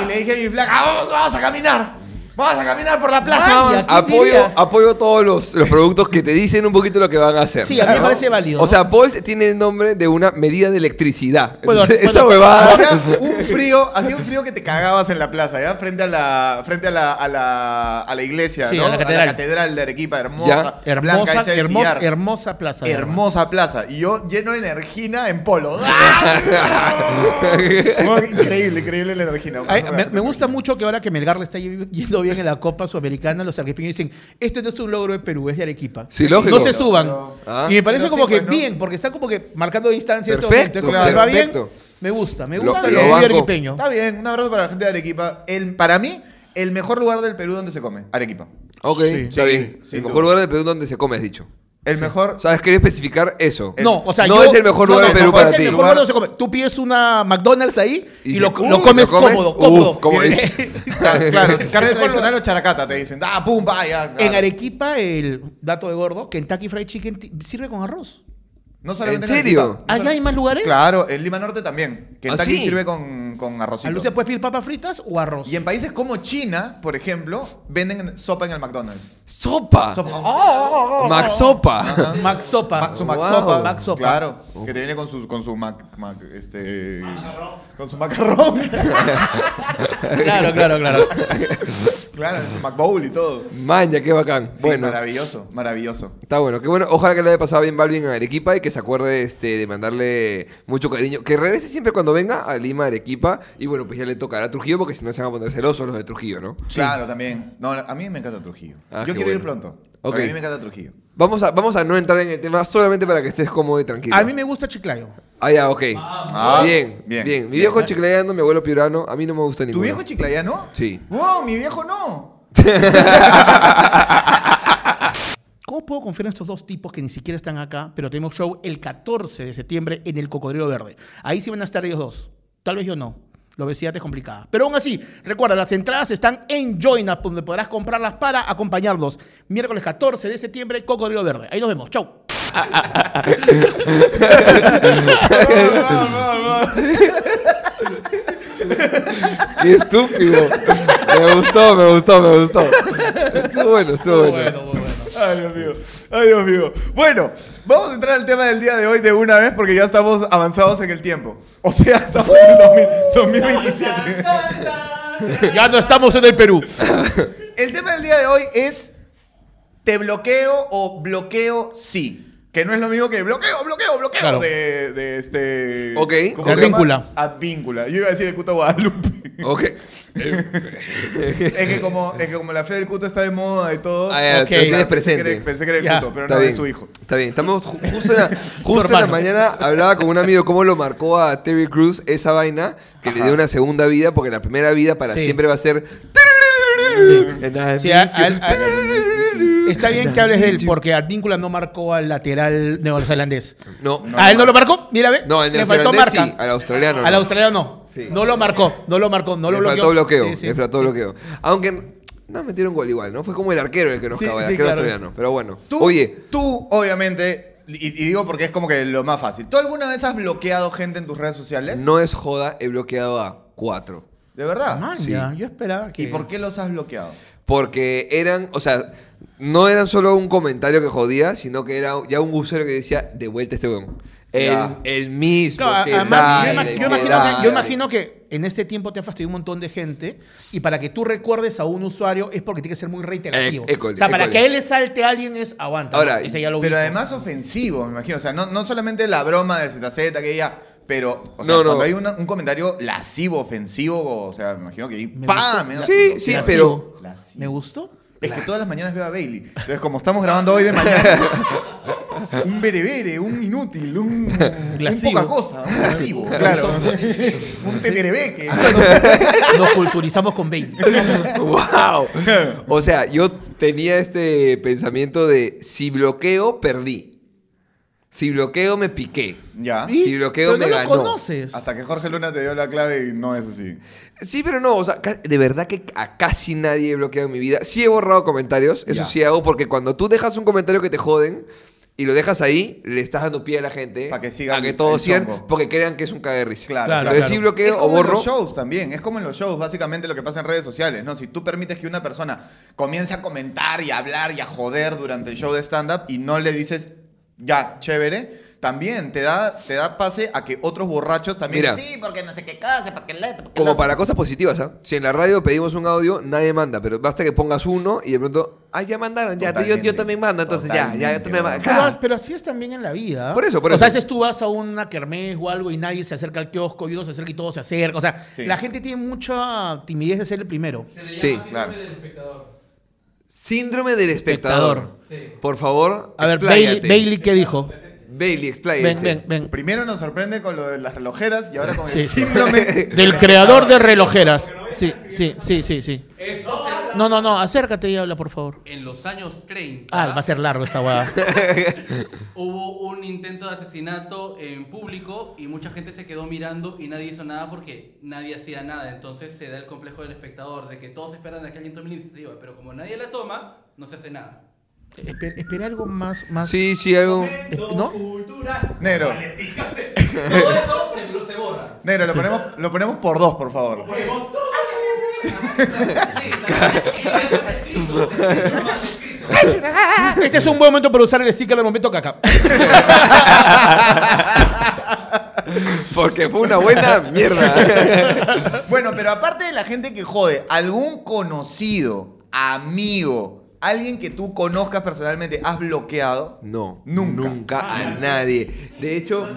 Speaker 3: Y le dije a mi flaca, "Ah, vamos a caminar. Vamos a caminar por la plaza.
Speaker 2: Vaya,
Speaker 3: vamos".
Speaker 1: Apoyo,
Speaker 2: diría?
Speaker 1: apoyo todos los, los productos que te dicen un poquito lo que van a hacer.
Speaker 2: Sí, a mí me parece válido.
Speaker 1: O sea, Bolt tiene el nombre de una medida de electricidad.
Speaker 2: Bueno,
Speaker 1: Entonces, esa
Speaker 2: bueno,
Speaker 1: huevada.
Speaker 3: Hacía
Speaker 1: *laughs*
Speaker 3: un frío, hacía un frío que te cagabas en la plaza, ¿ya? Frente a la, frente a la, a la, a la iglesia,
Speaker 2: Sí,
Speaker 3: ¿no?
Speaker 2: a la catedral.
Speaker 3: catedral de Arequipa, hermosa,
Speaker 2: ¿no?
Speaker 3: blanca,
Speaker 2: hermosa,
Speaker 3: hecha de
Speaker 2: hermosa,
Speaker 3: sillar.
Speaker 2: hermosa plaza. de verdad.
Speaker 3: Hermosa plaza. Y yo lleno de energina en
Speaker 2: *laughs*
Speaker 3: polo. ¡Ah! Bueno, increíble, increíble la energina.
Speaker 2: Ay, me, me gusta mucho que ahora que Melgar le está y- yendo bien en la Copa Sudamericana, los arequipeños dicen, esto no es un logro de Perú, es de Arequipa.
Speaker 1: Sí, lógico.
Speaker 2: No se suban.
Speaker 3: Pero-
Speaker 1: Ah.
Speaker 2: Y me parece
Speaker 3: No, sí,
Speaker 2: como que
Speaker 3: pues, ¿no?
Speaker 2: bien, porque está como que marcando distancia en este
Speaker 1: Perfecto,
Speaker 2: momento. Es como que va bien.
Speaker 1: perfecto.
Speaker 2: Me gusta, me
Speaker 1: Lo-
Speaker 2: gusta
Speaker 3: lo
Speaker 2: el orgullo
Speaker 1: banco.
Speaker 2: arequipeño.
Speaker 3: Está bien, un abrazo para la gente de Arequipa. El, para mí, el mejor lugar del Perú donde se come, Arequipa.
Speaker 1: Ok,
Speaker 2: Sí,
Speaker 1: está
Speaker 3: sí,
Speaker 1: bien.
Speaker 3: sí,
Speaker 1: el
Speaker 3: tú.
Speaker 1: mejor lugar del Perú donde se come, has dicho.
Speaker 3: El mejor.
Speaker 1: O sea, quería especificar eso.
Speaker 3: El-
Speaker 2: Eh, No, o sea,
Speaker 1: no
Speaker 2: yo-
Speaker 1: es el mejor lugar
Speaker 2: no,
Speaker 1: del Perú
Speaker 2: no,
Speaker 1: para
Speaker 2: es el
Speaker 1: ti.
Speaker 2: mejor lugar donde se come. Tú pides una McDonald's ahí y,
Speaker 1: Y
Speaker 2: lo,
Speaker 1: dices,
Speaker 2: lo
Speaker 1: "Uy,
Speaker 2: comes
Speaker 1: ¿lo comes?
Speaker 2: cómodo,
Speaker 1: Uf,
Speaker 2: cómodo.
Speaker 1: ¿cómo
Speaker 2: *laughs*
Speaker 1: es?
Speaker 3: *laughs* Claro, claro, carne
Speaker 2: El mejor
Speaker 3: tradicional o characata, te dicen. Ah, pum, pa, ya.
Speaker 2: En
Speaker 3: claro.
Speaker 2: Arequipa, el dato de gordo, Kentucky Fried Chicken ti- sirve con arroz.
Speaker 3: No solamente
Speaker 1: ¿En serio?
Speaker 3: Arequipa, no
Speaker 2: ¿Allá hay
Speaker 3: solamente-
Speaker 2: más lugares?
Speaker 3: Claro, en Lima Norte también. Que
Speaker 1: ¿Ah, sí?
Speaker 3: sirve con, con
Speaker 2: ¿A
Speaker 3: arrocito.
Speaker 2: Lucia puedes pedir papas fritas o arroz?
Speaker 3: Y en países como China, por ejemplo, venden sopa en el McDonald's.
Speaker 1: Sopa.
Speaker 3: Sopa.
Speaker 2: Ah.
Speaker 3: ¡Oh, oh, oh, oh!
Speaker 1: Max Sopa.
Speaker 3: Ajá.
Speaker 2: Mac sopa.
Speaker 3: Ma- su
Speaker 1: Wow. Oh.
Speaker 3: maxopa.
Speaker 2: Maxopa.
Speaker 3: Claro. Que te viene con su, con su mac, mac- este... Con su macarrón. *laughs*
Speaker 2: Claro, claro, claro.
Speaker 3: claro, su macbowl y todo.
Speaker 1: Maña, qué bacán.
Speaker 3: Sí,
Speaker 1: bueno,
Speaker 3: maravilloso, maravilloso.
Speaker 1: está bueno. Qué bueno. Ojalá que le haya pasado bien Balvin a Arequipa y que se acuerde este, de mandarle mucho cariño. Que regrese siempre cuando venga a Lima, Arequipa. Y bueno, pues ya le tocará a Trujillo porque si no se van a poner celosos los de Trujillo, ¿no?
Speaker 3: Claro, también. No, a mí me encanta Trujillo.
Speaker 1: Ah,
Speaker 3: Yo
Speaker 1: qué
Speaker 3: quiero ir
Speaker 1: bueno.
Speaker 3: pronto.
Speaker 1: Ok.
Speaker 3: A mí me encanta Trujillo.
Speaker 1: Vamos a, vamos a no entrar en el tema solamente para que estés cómodo y tranquilo.
Speaker 2: A mí me gusta Chiclayo.
Speaker 1: Ah, ya, ok.
Speaker 3: Ah,
Speaker 1: bien, bien,
Speaker 3: bien.
Speaker 1: Mi viejo chicleando, mi abuelo piurano, a mí no me gusta ninguno.
Speaker 3: ¿Tu viejo chiclayano?
Speaker 1: Sí.
Speaker 3: ¡Wow, mi viejo no!
Speaker 2: ¿Cómo puedo confiar en estos dos tipos que ni siquiera están acá, pero tenemos show el 14 de septiembre en el Cocodrilo Verde? Ahí sí van a estar ellos dos. Tal vez yo no. La obesidad es complicada. Pero aún así, recuerda, las entradas están en Joinup, donde podrás comprarlas para acompañarlos. Miércoles 14 de septiembre, Cocodrilo Verde. Ahí nos vemos. Chau.
Speaker 3: Ah,
Speaker 1: Qué *laughs* estúpido. *laughs* me gustó, me gustó, me gustó. Estuvo bueno, estuvo bueno.
Speaker 3: Ay, Dios mío. Ay, Dios mío. Bueno, vamos a entrar al tema del día de hoy de una vez porque ya estamos avanzados en el tiempo. O sea, estamos en el 2000 2027.
Speaker 2: Ya no estamos en el Perú.
Speaker 3: El tema del día de hoy es te bloqueo o bloqueo sí. Que no es lo mismo que bloqueo, bloqueo, bloqueo
Speaker 2: Claro.
Speaker 3: de, de este...
Speaker 1: Ok,
Speaker 3: ¿cómo se
Speaker 1: ok.
Speaker 2: Advíncula.
Speaker 3: llama? Advíncula. Yo iba a decir el cuto Guadalupe.
Speaker 1: *laughs* Ok.
Speaker 3: es, que como, es que como la fe del cuto está de moda y todo...
Speaker 1: Ah, ya,
Speaker 2: Ok.
Speaker 1: lo tienes
Speaker 2: es
Speaker 3: pensé, que
Speaker 1: presente.
Speaker 3: era, pensé que era el
Speaker 2: Ya.
Speaker 3: cuto, pero
Speaker 1: Está
Speaker 3: no
Speaker 1: bien.
Speaker 3: es su hijo.
Speaker 1: Está bien. Estamos ju- justo en la, justo en la
Speaker 2: hermano.
Speaker 1: mañana hablaba con un amigo cómo lo marcó a Terry Cruz esa vaina que le dio una segunda vida porque la primera vida para
Speaker 2: Sí.
Speaker 1: siempre va a ser En la
Speaker 2: Sí, a-
Speaker 1: misión.
Speaker 2: a- a- está bien que hables de él, porque Advíncula no marcó al lateral neozelandés.
Speaker 1: No.
Speaker 2: ¿A él no lo marcó? Mira, ve.
Speaker 1: No, al
Speaker 2: le faltó
Speaker 1: neozelandés
Speaker 2: marca.
Speaker 1: sí, al australiano
Speaker 2: Al
Speaker 1: no.
Speaker 2: australiano no. No lo marcó, no lo marcó, no
Speaker 1: Le
Speaker 2: lo bloqueó.
Speaker 1: faltó bloqueo,
Speaker 2: Sí, sí.
Speaker 1: le faltó bloqueo. Aunque no metieron gol igual, ¿no? Fue como el arquero el que nos
Speaker 2: Sí,
Speaker 1: cagó, el
Speaker 2: sí,
Speaker 1: arquero
Speaker 2: claro.
Speaker 1: australiano. Pero bueno.
Speaker 3: Tú,
Speaker 1: Oye,
Speaker 3: Tú, obviamente, y, y digo porque es como que lo más fácil. ¿Tú alguna vez has bloqueado gente en tus redes sociales?
Speaker 1: no es joda, he bloqueado a cuatro.
Speaker 3: ¿De verdad?
Speaker 2: Ah, Man,
Speaker 1: Sí.
Speaker 2: ya, yo esperaba que.
Speaker 3: ¿Y por qué los has bloqueado?
Speaker 1: Porque eran, o sea, no eran solo un comentario que jodía, sino que era ya un usuario que decía, de vuelta este weón. El,
Speaker 3: Ya.
Speaker 1: el mismo.
Speaker 2: Claro,
Speaker 1: que
Speaker 2: además,
Speaker 1: dale,
Speaker 2: yo, imag-
Speaker 1: que
Speaker 2: yo imagino que,
Speaker 1: dale.
Speaker 2: yo imagino
Speaker 1: *laughs*
Speaker 2: que en este tiempo te ha fastidiado un montón de gente y para que tú recuerdes a un usuario es porque tiene que ser muy reiterativo.
Speaker 1: Eh, école,
Speaker 2: o sea, para
Speaker 1: école.
Speaker 2: que él le salte a alguien es aguanta.
Speaker 1: Ahora,
Speaker 2: este ya lo
Speaker 3: Pero
Speaker 2: ubico.
Speaker 3: además ofensivo, me imagino. O sea, no, no solamente la broma de ZZ que ella. Pero, o sea,
Speaker 1: No, no.
Speaker 3: cuando hay una- un comentario lascivo, ofensivo, o sea, me imagino que ahí,
Speaker 2: Me
Speaker 3: ¡pam!
Speaker 2: gustó.
Speaker 3: ¿no?
Speaker 1: Sí, sí,
Speaker 2: Lascivo.
Speaker 1: pero.
Speaker 3: Lascivo.
Speaker 2: ¿Me gustó?
Speaker 3: Es que todas las mañanas veo a Bailey. Entonces, como estamos grabando hoy de
Speaker 2: *laughs*
Speaker 3: mañana, un berebere, un inútil, un, un
Speaker 2: Lascivo.
Speaker 3: poca cosa, un lascivo, claro. un teterebeque.
Speaker 2: Nos culturizamos con Bailey.
Speaker 1: ¡Wow! O sea, yo tenía este pensamiento de: si bloqueo, perdí. Si bloqueo, me piqué.
Speaker 3: ya.
Speaker 1: Sí. Ah, Si bloqueo,
Speaker 2: pero
Speaker 1: me
Speaker 2: no
Speaker 1: ganó.
Speaker 2: lo conoces.
Speaker 3: Hasta que Jorge Luna te dio la clave y no es así.
Speaker 1: Sí, pero no, o sea, ca- de verdad que a casi nadie he bloqueado en mi vida. Sí he borrado comentarios, eso
Speaker 3: Ya.
Speaker 1: sí hago, porque cuando tú dejas un comentario que te joden y lo dejas ahí, le estás dando pie a la gente
Speaker 3: Pa' que sigan
Speaker 1: a que todos
Speaker 3: el
Speaker 1: sigan,
Speaker 3: chongo.
Speaker 1: porque crean que es un cague de risa.
Speaker 3: Claro,
Speaker 2: Claro,
Speaker 3: claro.
Speaker 1: Entonces sí
Speaker 2: claro.
Speaker 1: bloqueo
Speaker 3: es
Speaker 1: o
Speaker 3: como en
Speaker 1: borro.
Speaker 3: los shows también, es como en los shows, básicamente lo que pasa en redes sociales, ¿no? Si tú permites que una persona comience a comentar y a hablar y a joder durante el show de stand-up y no le dices, ya, chévere, también te da, te da pase a que otros borrachos también...
Speaker 1: Mira.
Speaker 3: Sí, porque no sé qué cosa, porque el otro, porque el
Speaker 1: Como
Speaker 3: otro".
Speaker 1: para cosas positivas, ¿ah? Si en la radio pedimos un audio, nadie manda, pero basta que pongas uno y de pronto, ah, ya mandaron, ya, yo,
Speaker 3: Totalmente.
Speaker 1: yo también mando, entonces ya, ya, yo también mando.
Speaker 3: Totalmente,
Speaker 2: Pero,
Speaker 1: ¡Ja!
Speaker 2: pero así es también en la vida.
Speaker 1: Por eso, por
Speaker 2: O sea, a
Speaker 1: eso.
Speaker 2: veces tú vas a una kermés o algo y nadie se acerca al kiosco y uno se acerca y todo se acerca. O sea,
Speaker 3: Sí.
Speaker 2: la gente tiene mucha timidez de ser el primero.
Speaker 5: Se le llama
Speaker 1: Sí,
Speaker 5: síndrome
Speaker 3: claro.
Speaker 5: del espectador.
Speaker 1: Síndrome del espectador.
Speaker 2: Espectador.
Speaker 5: Sí.
Speaker 1: Por favor,
Speaker 2: A ver, Bailey,
Speaker 1: expláyate.
Speaker 2: Bailey, ¿qué dijo?
Speaker 1: Bailey, expláyate.
Speaker 2: Ven, ven, ven.
Speaker 3: Primero nos sorprende con lo de las relojeras y ahora con
Speaker 2: Sí.
Speaker 3: el síndrome...
Speaker 2: *laughs* Del creador de relojeras. Sí, sí, sí, sí, sí.
Speaker 5: Esto se-
Speaker 2: No, no, no, acércate y habla, por favor.
Speaker 5: En los años 30
Speaker 2: Ah, va a ser largo esta hueá.
Speaker 1: *laughs*
Speaker 5: hubo un intento de asesinato en público y mucha gente se quedó mirando y nadie hizo nada porque nadie hacía nada. Entonces se da el complejo del espectador de que todos esperan a que alguien tome la iniciativa, pero como nadie la toma, no se hace nada.
Speaker 2: Espera, espera algo más, más.
Speaker 1: Sí, sí, algo.
Speaker 2: ¿No?
Speaker 4: Cultura.
Speaker 3: Negro.
Speaker 4: Vale, picaste.
Speaker 5: *laughs* Todo eso se, lo- se borra.
Speaker 3: Negro, lo ponemos, lo ponemos por dos, por favor.
Speaker 2: *laughs*
Speaker 4: Oye, vos-
Speaker 5: Sí, la gente que no está escrito, no está escrito.
Speaker 2: Este es un buen momento para usar el sticker del momento caca.
Speaker 1: Porque fue una buena
Speaker 3: *laughs*
Speaker 1: mierda.
Speaker 3: Bueno, pero aparte de la gente que jode, algún conocido, amigo, alguien que tú conozcas personalmente, ¿has bloqueado?
Speaker 1: No,
Speaker 3: Nunca.
Speaker 1: nunca a nadie. De hecho,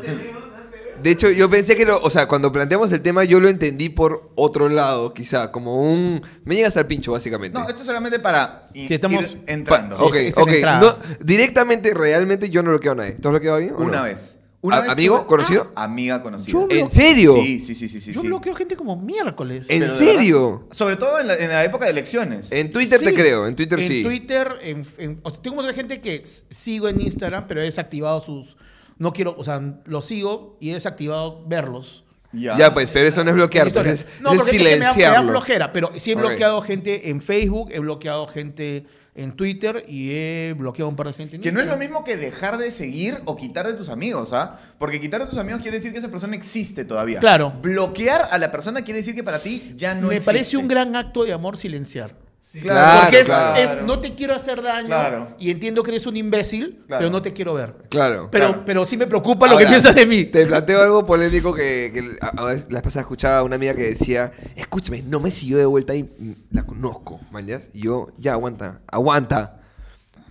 Speaker 1: de hecho, yo pensé que lo, o sea, cuando planteamos el tema, yo lo entendí por otro lado, quizá, como un, me llegas al pincho, básicamente.
Speaker 3: No, esto es solamente para i-
Speaker 2: Sí, estamos-
Speaker 3: ir entrando.
Speaker 1: Pa- ok,
Speaker 2: Esta es la
Speaker 1: ok.
Speaker 2: entrada.
Speaker 1: No, directamente, realmente, yo no bloqueo a nadie. ¿Tú has bloqueado a alguien? o
Speaker 3: Una
Speaker 1: no?
Speaker 3: vez. Una
Speaker 1: ¿A-
Speaker 3: vez
Speaker 1: amigo?
Speaker 3: tuve-
Speaker 1: ¿Conocido?
Speaker 3: Ah, Amiga conocida.
Speaker 2: Yo
Speaker 1: ¿En serio?
Speaker 3: Sí, sí, sí, sí, sí.
Speaker 2: Yo
Speaker 3: sí.
Speaker 2: bloqueo gente como miércoles.
Speaker 1: ¿En
Speaker 3: Pero de
Speaker 1: serio?
Speaker 3: verdad, sobre todo en la, en la época de elecciones.
Speaker 1: En Twitter te
Speaker 2: Sí.
Speaker 1: creo, en Twitter sí.
Speaker 2: En Twitter, en, en- o sea, tengo un montón de gente que s- sigo en Instagram, pero he desactivado sus. No quiero, o sea, los sigo y he desactivado verlos.
Speaker 1: Ya, pues, pero eso no es bloquear,
Speaker 2: Historia.
Speaker 1: pues, es,
Speaker 2: no,
Speaker 1: es
Speaker 2: porque es que me da- me da,
Speaker 1: silenciarlo.
Speaker 2: flojera, pero sí he
Speaker 1: Ok.
Speaker 2: bloqueado gente en Facebook, he bloqueado gente en Twitter y he bloqueado un par de gente en
Speaker 3: Que no es lo
Speaker 2: Instagram.
Speaker 3: mismo que dejar de seguir o quitar de tus amigos, ¿ah? Porque quitar de tus amigos quiere decir que esa persona existe todavía.
Speaker 2: Claro.
Speaker 3: Bloquear a la persona quiere decir que para ti ya no
Speaker 2: me
Speaker 3: existe.
Speaker 2: parece un gran acto de amor silenciar.
Speaker 1: Claro,
Speaker 2: Porque es,
Speaker 1: claro.
Speaker 2: es, no te quiero hacer daño
Speaker 3: Claro.
Speaker 2: y entiendo que eres un imbécil,
Speaker 3: Claro.
Speaker 2: pero no te quiero ver.
Speaker 1: Claro.
Speaker 2: Pero,
Speaker 3: Claro.
Speaker 2: pero sí me preocupa lo que
Speaker 1: Ahora,
Speaker 2: piensas de mí.
Speaker 1: Te planteo algo polémico que, que a- a veces la pasada escuchaba a una amiga que decía, escúchame, no me siguió de vuelta y mm, la conozco, mañas. Y yo, ya, aguanta, aguanta.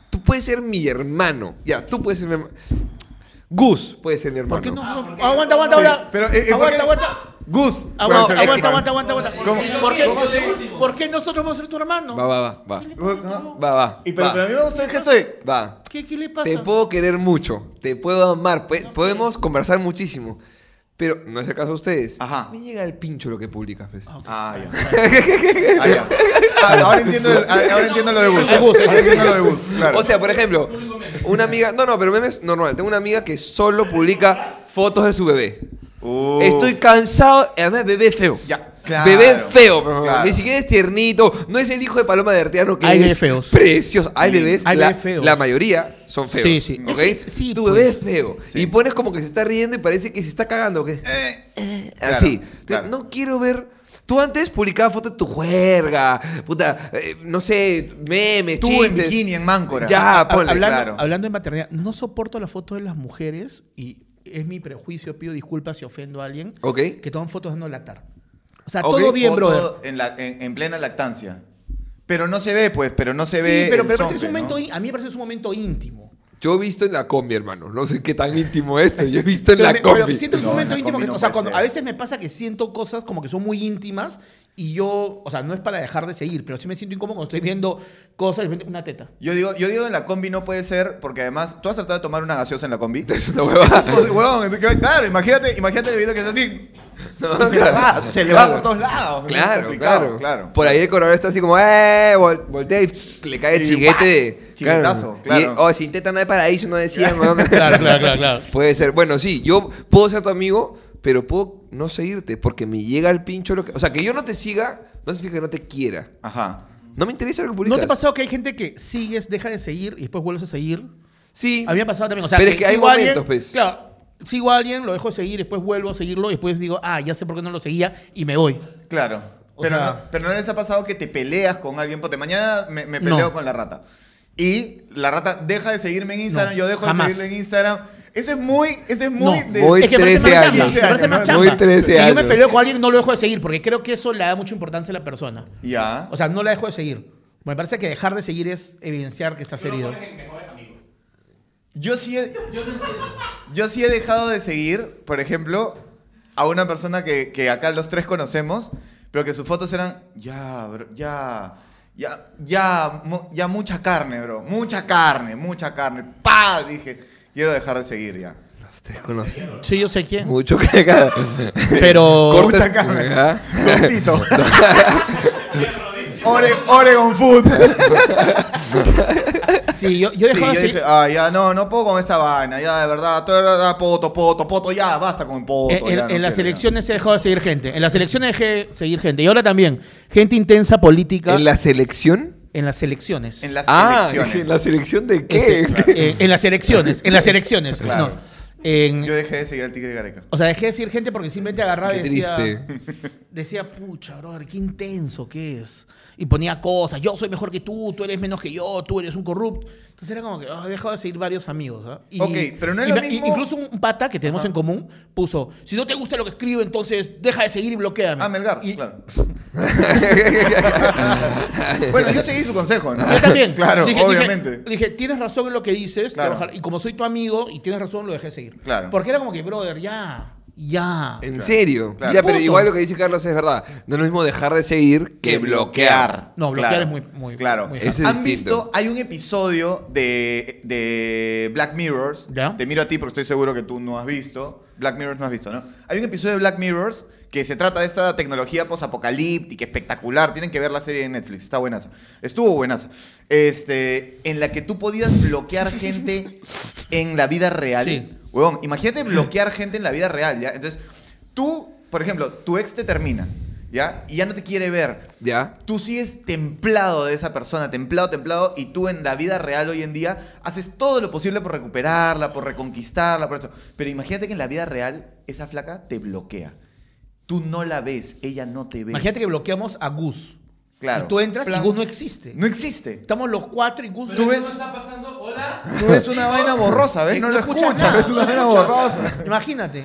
Speaker 1: Tú puedes ser mi hermano. Ya, tú puedes ser mi hermano. Gus puede ser mi hermano.
Speaker 2: ¿Por qué no?
Speaker 4: Ah,
Speaker 2: no?
Speaker 4: porque-
Speaker 2: aguanta, aguanta,
Speaker 3: Sí,
Speaker 2: aguanta.
Speaker 3: pero, eh, eh, ¿por qué?
Speaker 2: aguanta, aguanta.
Speaker 3: Gus.
Speaker 2: Aguanta,
Speaker 1: es que-
Speaker 2: aguanta, aguanta, aguanta, aguanta.
Speaker 3: ¿Cómo?
Speaker 2: ¿Por qué,
Speaker 5: ¿Cómo
Speaker 2: por qué-
Speaker 5: así?
Speaker 2: por qué nosotros vamos a ser tu hermano?
Speaker 1: Va, va, va, va.
Speaker 3: Ajá.
Speaker 1: Va, va.
Speaker 3: Y pero,
Speaker 1: va,
Speaker 3: pero a mí me gustó el gesto de.
Speaker 1: va.
Speaker 2: ¿Qué, qué le pasa?
Speaker 1: Te puedo querer mucho, te puedo amar, pe- podemos conversar muchísimo. Pero no es el caso de ustedes.
Speaker 3: Ajá.
Speaker 1: Me llega el pincho lo que publicas, pues.
Speaker 2: Ah, ok.
Speaker 3: Ah, ya. Ah, ya. Ah, ahora, entiendo el- ah, ahora entiendo lo de Gus.
Speaker 2: El Gus, el
Speaker 3: Ahora entiendo lo de Gus, claro.
Speaker 1: O sea, por ejemplo, una amiga, no, no, pero memes normal. Tengo una amiga que solo publica fotos de su bebé.
Speaker 3: Uh,
Speaker 1: Estoy cansado, además bebé feo.
Speaker 3: Ya, claro.
Speaker 1: Bebé feo, pero
Speaker 3: Claro.
Speaker 1: ni siquiera es tiernito, no es el hijo de Paloma de Arteano que
Speaker 2: Hay
Speaker 1: es
Speaker 2: bebés feos.
Speaker 1: precioso. Hay
Speaker 3: Sí.
Speaker 1: bebés,
Speaker 2: Hay
Speaker 1: la,
Speaker 2: bebés feos.
Speaker 1: la mayoría son feos.
Speaker 2: Sí, sí.
Speaker 1: ¿ok?
Speaker 2: Es que sí,
Speaker 1: tu
Speaker 2: pues.
Speaker 1: bebé es feo.
Speaker 3: Sí.
Speaker 1: Y pones como que se está riendo y parece que se está cagando. ¿ok?
Speaker 3: Eh,
Speaker 1: Así.
Speaker 3: Claro, claro.
Speaker 1: No quiero ver. Tú antes publicabas fotos de tu juerga, puta, eh, no sé, memes,
Speaker 3: Tú en
Speaker 1: chistes.
Speaker 3: bikini, en Máncora.
Speaker 1: Ya, ponle,
Speaker 2: hablando,
Speaker 3: ah, claro.
Speaker 2: hablando de maternidad, no soporto las fotos de las mujeres y es mi prejuicio, pido disculpas si ofendo a alguien,
Speaker 1: ¿Ok?
Speaker 2: que toman fotos dando lactar. O sea,
Speaker 1: Ok,
Speaker 2: todo bien,
Speaker 3: Foto
Speaker 2: brother.
Speaker 3: En, la- en- en plena lactancia. Pero no se ve, pues, pero no se
Speaker 2: sí,
Speaker 3: ve.
Speaker 2: pero,
Speaker 3: el
Speaker 2: pero parece
Speaker 3: zompe,
Speaker 2: un
Speaker 3: ¿no?
Speaker 2: momento, í- a mí me parece un momento íntimo.
Speaker 1: Yo he visto en la combi, hermano. No sé qué tan íntimo es, pero yo he visto en
Speaker 2: Pero
Speaker 1: la
Speaker 2: me-
Speaker 1: combi.
Speaker 2: pero siento que es un
Speaker 3: No, en
Speaker 2: momento
Speaker 3: la
Speaker 2: íntimo.
Speaker 3: combi
Speaker 2: que-
Speaker 3: no
Speaker 2: o sea,
Speaker 3: puede
Speaker 2: cuando-
Speaker 3: ser.
Speaker 2: a veces me pasa que siento cosas como que son muy íntimas y yo, o sea, no es para dejar de seguir, pero sí me siento incómodo cuando estoy viendo cosas, de repente, una teta.
Speaker 3: Yo digo, yo digo en la combi no puede ser, porque además, ¿tú has tratado de tomar una gaseosa en la combi? *laughs*
Speaker 1: *laughs* Es una huevada.
Speaker 3: Pues, huevón, es que- claro, imagínate, imagínate el video que es así.
Speaker 1: *laughs* No,
Speaker 3: Se le
Speaker 1: claro.
Speaker 3: va, se le
Speaker 1: Claro.
Speaker 3: va por todos lados. Es
Speaker 1: Claro,
Speaker 3: complicado,
Speaker 1: claro,
Speaker 3: claro.
Speaker 1: Por ahí el coronel está así como, eh, vol- voltea y pss, le cae el
Speaker 3: Y
Speaker 1: chiguete.
Speaker 3: ¡guas! Chiguetazo, claro.
Speaker 1: Y, oh, si intenta no hay paraíso, no decían, weón.
Speaker 3: *laughs*
Speaker 2: claro, claro, claro.
Speaker 1: Puede ser. Bueno, sí, yo puedo ser tu amigo, pero puedo no seguirte porque me llega el pincho lo que... O sea, que yo no te siga, no significa que no te quiera.
Speaker 3: Ajá.
Speaker 1: No me interesa lo que
Speaker 2: *laughs* ¿No
Speaker 1: publicas.
Speaker 2: te ha pasado que hay gente que sigues, deja de seguir y después vuelves a seguir?
Speaker 1: Sí.
Speaker 2: A mí me ha pasado también. O sea,
Speaker 1: Pero es que hay
Speaker 2: sigo a alguien-
Speaker 1: momentos, pues.
Speaker 2: Claro, sigo a alguien, lo dejo de seguir, después vuelvo a seguirlo y después digo, ah, ya sé por qué no lo seguía y me voy.
Speaker 3: Claro.
Speaker 2: O
Speaker 3: Pero,
Speaker 2: sea-
Speaker 3: no, pero no les ha pasado que te peleas con alguien. Porque mañana me, me
Speaker 2: No.
Speaker 3: peleo con la rata. Y la rata deja de seguirme en Instagram,
Speaker 2: No,
Speaker 3: yo dejo
Speaker 2: jamás.
Speaker 3: de seguirme en Instagram. Ese es muy, ese es muy,
Speaker 2: no.
Speaker 3: de-
Speaker 1: muy
Speaker 2: es que me parece
Speaker 1: 13
Speaker 2: más chamba.
Speaker 1: años.
Speaker 2: me parece más
Speaker 3: 15
Speaker 2: chamba.
Speaker 3: años,
Speaker 1: Muy 13
Speaker 2: si yo me
Speaker 1: años.
Speaker 2: peleo con alguien, no lo dejo de seguir porque creo que eso le da mucha importancia a la persona.
Speaker 3: Ya.
Speaker 2: O sea, no la dejo de seguir. Me parece que dejar de seguir es evidenciar que estás
Speaker 4: Tú lo
Speaker 2: herido.
Speaker 4: pones en mejores amigos.
Speaker 3: Yo sí he,
Speaker 5: Yo no entiendo.
Speaker 3: Yo sí he dejado de seguir, por ejemplo, a una persona que, que acá los tres conocemos, pero que sus fotos eran, ya, bro, ya, ya, ya, mu- ya mucha carne, bro, mucha carne, mucha carne, pa, dije, quiero dejar de seguir ya.
Speaker 1: Ustedes conocen.
Speaker 2: Sí, yo sé quién.
Speaker 1: Mucho cagada.
Speaker 3: *laughs*
Speaker 2: Pero.
Speaker 1: Corta-
Speaker 3: Mucha carne.
Speaker 1: Ajá.
Speaker 3: *laughs* Cortito. Ore- Oregon Food.
Speaker 2: Sí, yo, yo he
Speaker 3: Sí,
Speaker 2: dejado
Speaker 3: yo
Speaker 2: de
Speaker 3: dije,
Speaker 2: seguir.
Speaker 3: ah, ya, no, no puedo con esta vaina, ya, de verdad, todo era poto, poto, poto, ya, basta con poto.
Speaker 2: En, en-
Speaker 3: ya, no
Speaker 2: en las
Speaker 3: quiero, ya.
Speaker 2: elecciones he dejado de seguir gente. En las elecciones dejé de seguir gente. Y ahora también. Gente intensa política.
Speaker 1: ¿En la selección?
Speaker 2: en las elecciones.
Speaker 3: En las
Speaker 1: Ah,
Speaker 3: elecciones.
Speaker 1: ¿en la selección de qué?
Speaker 2: Este, eh, en las elecciones. En las elecciones.
Speaker 3: *laughs* Claro.
Speaker 2: No. En-
Speaker 3: Yo dejé de seguir al Tigre Gareca.
Speaker 2: o sea, dejé de seguir gente porque simplemente agarraba y
Speaker 1: Qué
Speaker 2: decía.
Speaker 1: triste.
Speaker 2: Decía, pucha, brother, qué intenso que es. Y ponía cosas, yo soy mejor que tú, tú eres menos que yo, tú eres un corrupto. Entonces era como que, ah, he dejado de seguir varios amigos. ¿ah? Y-
Speaker 3: Ok, pero no es
Speaker 2: y
Speaker 3: lo
Speaker 2: me-
Speaker 3: mismo-
Speaker 2: y- Incluso un pata que tenemos
Speaker 3: Ajá.
Speaker 2: en común puso, si no te gusta lo que escribo, entonces deja de seguir y bloqueame.
Speaker 3: Ah, Melgar,
Speaker 2: Y-
Speaker 3: claro. Este,
Speaker 1: *laughs*
Speaker 3: bueno, yo seguí su consejo, ¿no?
Speaker 2: Yo también.
Speaker 3: *laughs* claro,
Speaker 2: Dije- dije-
Speaker 3: obviamente.
Speaker 2: Dije, tienes razón en lo que dices, te
Speaker 3: Claro.
Speaker 2: voy a bajar". y como soy tu amigo y tienes razón, lo dejé de seguir.
Speaker 3: Claro.
Speaker 2: Porque era como que, brother, ya, ya.
Speaker 1: ¿En
Speaker 3: Claro,
Speaker 1: serio?
Speaker 3: claro.
Speaker 1: Ya, pero
Speaker 2: Punto.
Speaker 1: igual lo que dice Carlos es verdad. No es lo mismo dejar de seguir que bloquear.
Speaker 2: No, bloquear
Speaker 3: Claro,
Speaker 2: es muy- muy-
Speaker 3: Claro.
Speaker 2: muy
Speaker 1: Ese es
Speaker 3: ¿Han
Speaker 1: distinto.
Speaker 3: visto? Hay un episodio de, de Black Mirrors.
Speaker 2: Ya.
Speaker 3: Te miro a ti porque estoy seguro que tú no has visto. Black Mirrors no has visto, ¿no? Hay un episodio de Black Mirrors que se trata de esta tecnología posapocalíptica espectacular. Tienen que ver la serie de Netflix. Está buenaza. Estuvo buenaza. Este, en la que tú podías bloquear
Speaker 2: *laughs*
Speaker 3: gente en la vida real.
Speaker 2: Sí.
Speaker 3: Huevón, imagínate bloquear gente en la vida real, ¿ya? Entonces, tú, por ejemplo, tu ex te termina, ¿ya? Y ya no te quiere ver
Speaker 1: ¿Ya?
Speaker 3: tú sigues templado de esa persona, templado, templado, y tú en la vida real hoy en día haces todo lo posible por recuperarla, por reconquistarla, por eso. Pero imagínate que en la vida real esa flaca te bloquea. Tú no la ves, ella no te ve.
Speaker 2: Imagínate que bloqueamos a Gus.
Speaker 3: Claro.
Speaker 2: Y tú entras
Speaker 3: Plan-
Speaker 2: y Gus no existe.
Speaker 3: No existe.
Speaker 2: Estamos los cuatro y Gus
Speaker 5: Pero
Speaker 3: Tú
Speaker 5: ¿Tú
Speaker 3: ves-
Speaker 5: ves? está pasando? ¿Hola?
Speaker 3: Tú ves una vaina borrosa,
Speaker 2: *laughs*
Speaker 3: ¿ves? No, lo
Speaker 2: escuchas
Speaker 3: escuchas,
Speaker 2: nada,
Speaker 3: ves una
Speaker 2: no
Speaker 3: vaina
Speaker 2: escuchas
Speaker 3: borrosa.
Speaker 2: nada. Imagínate.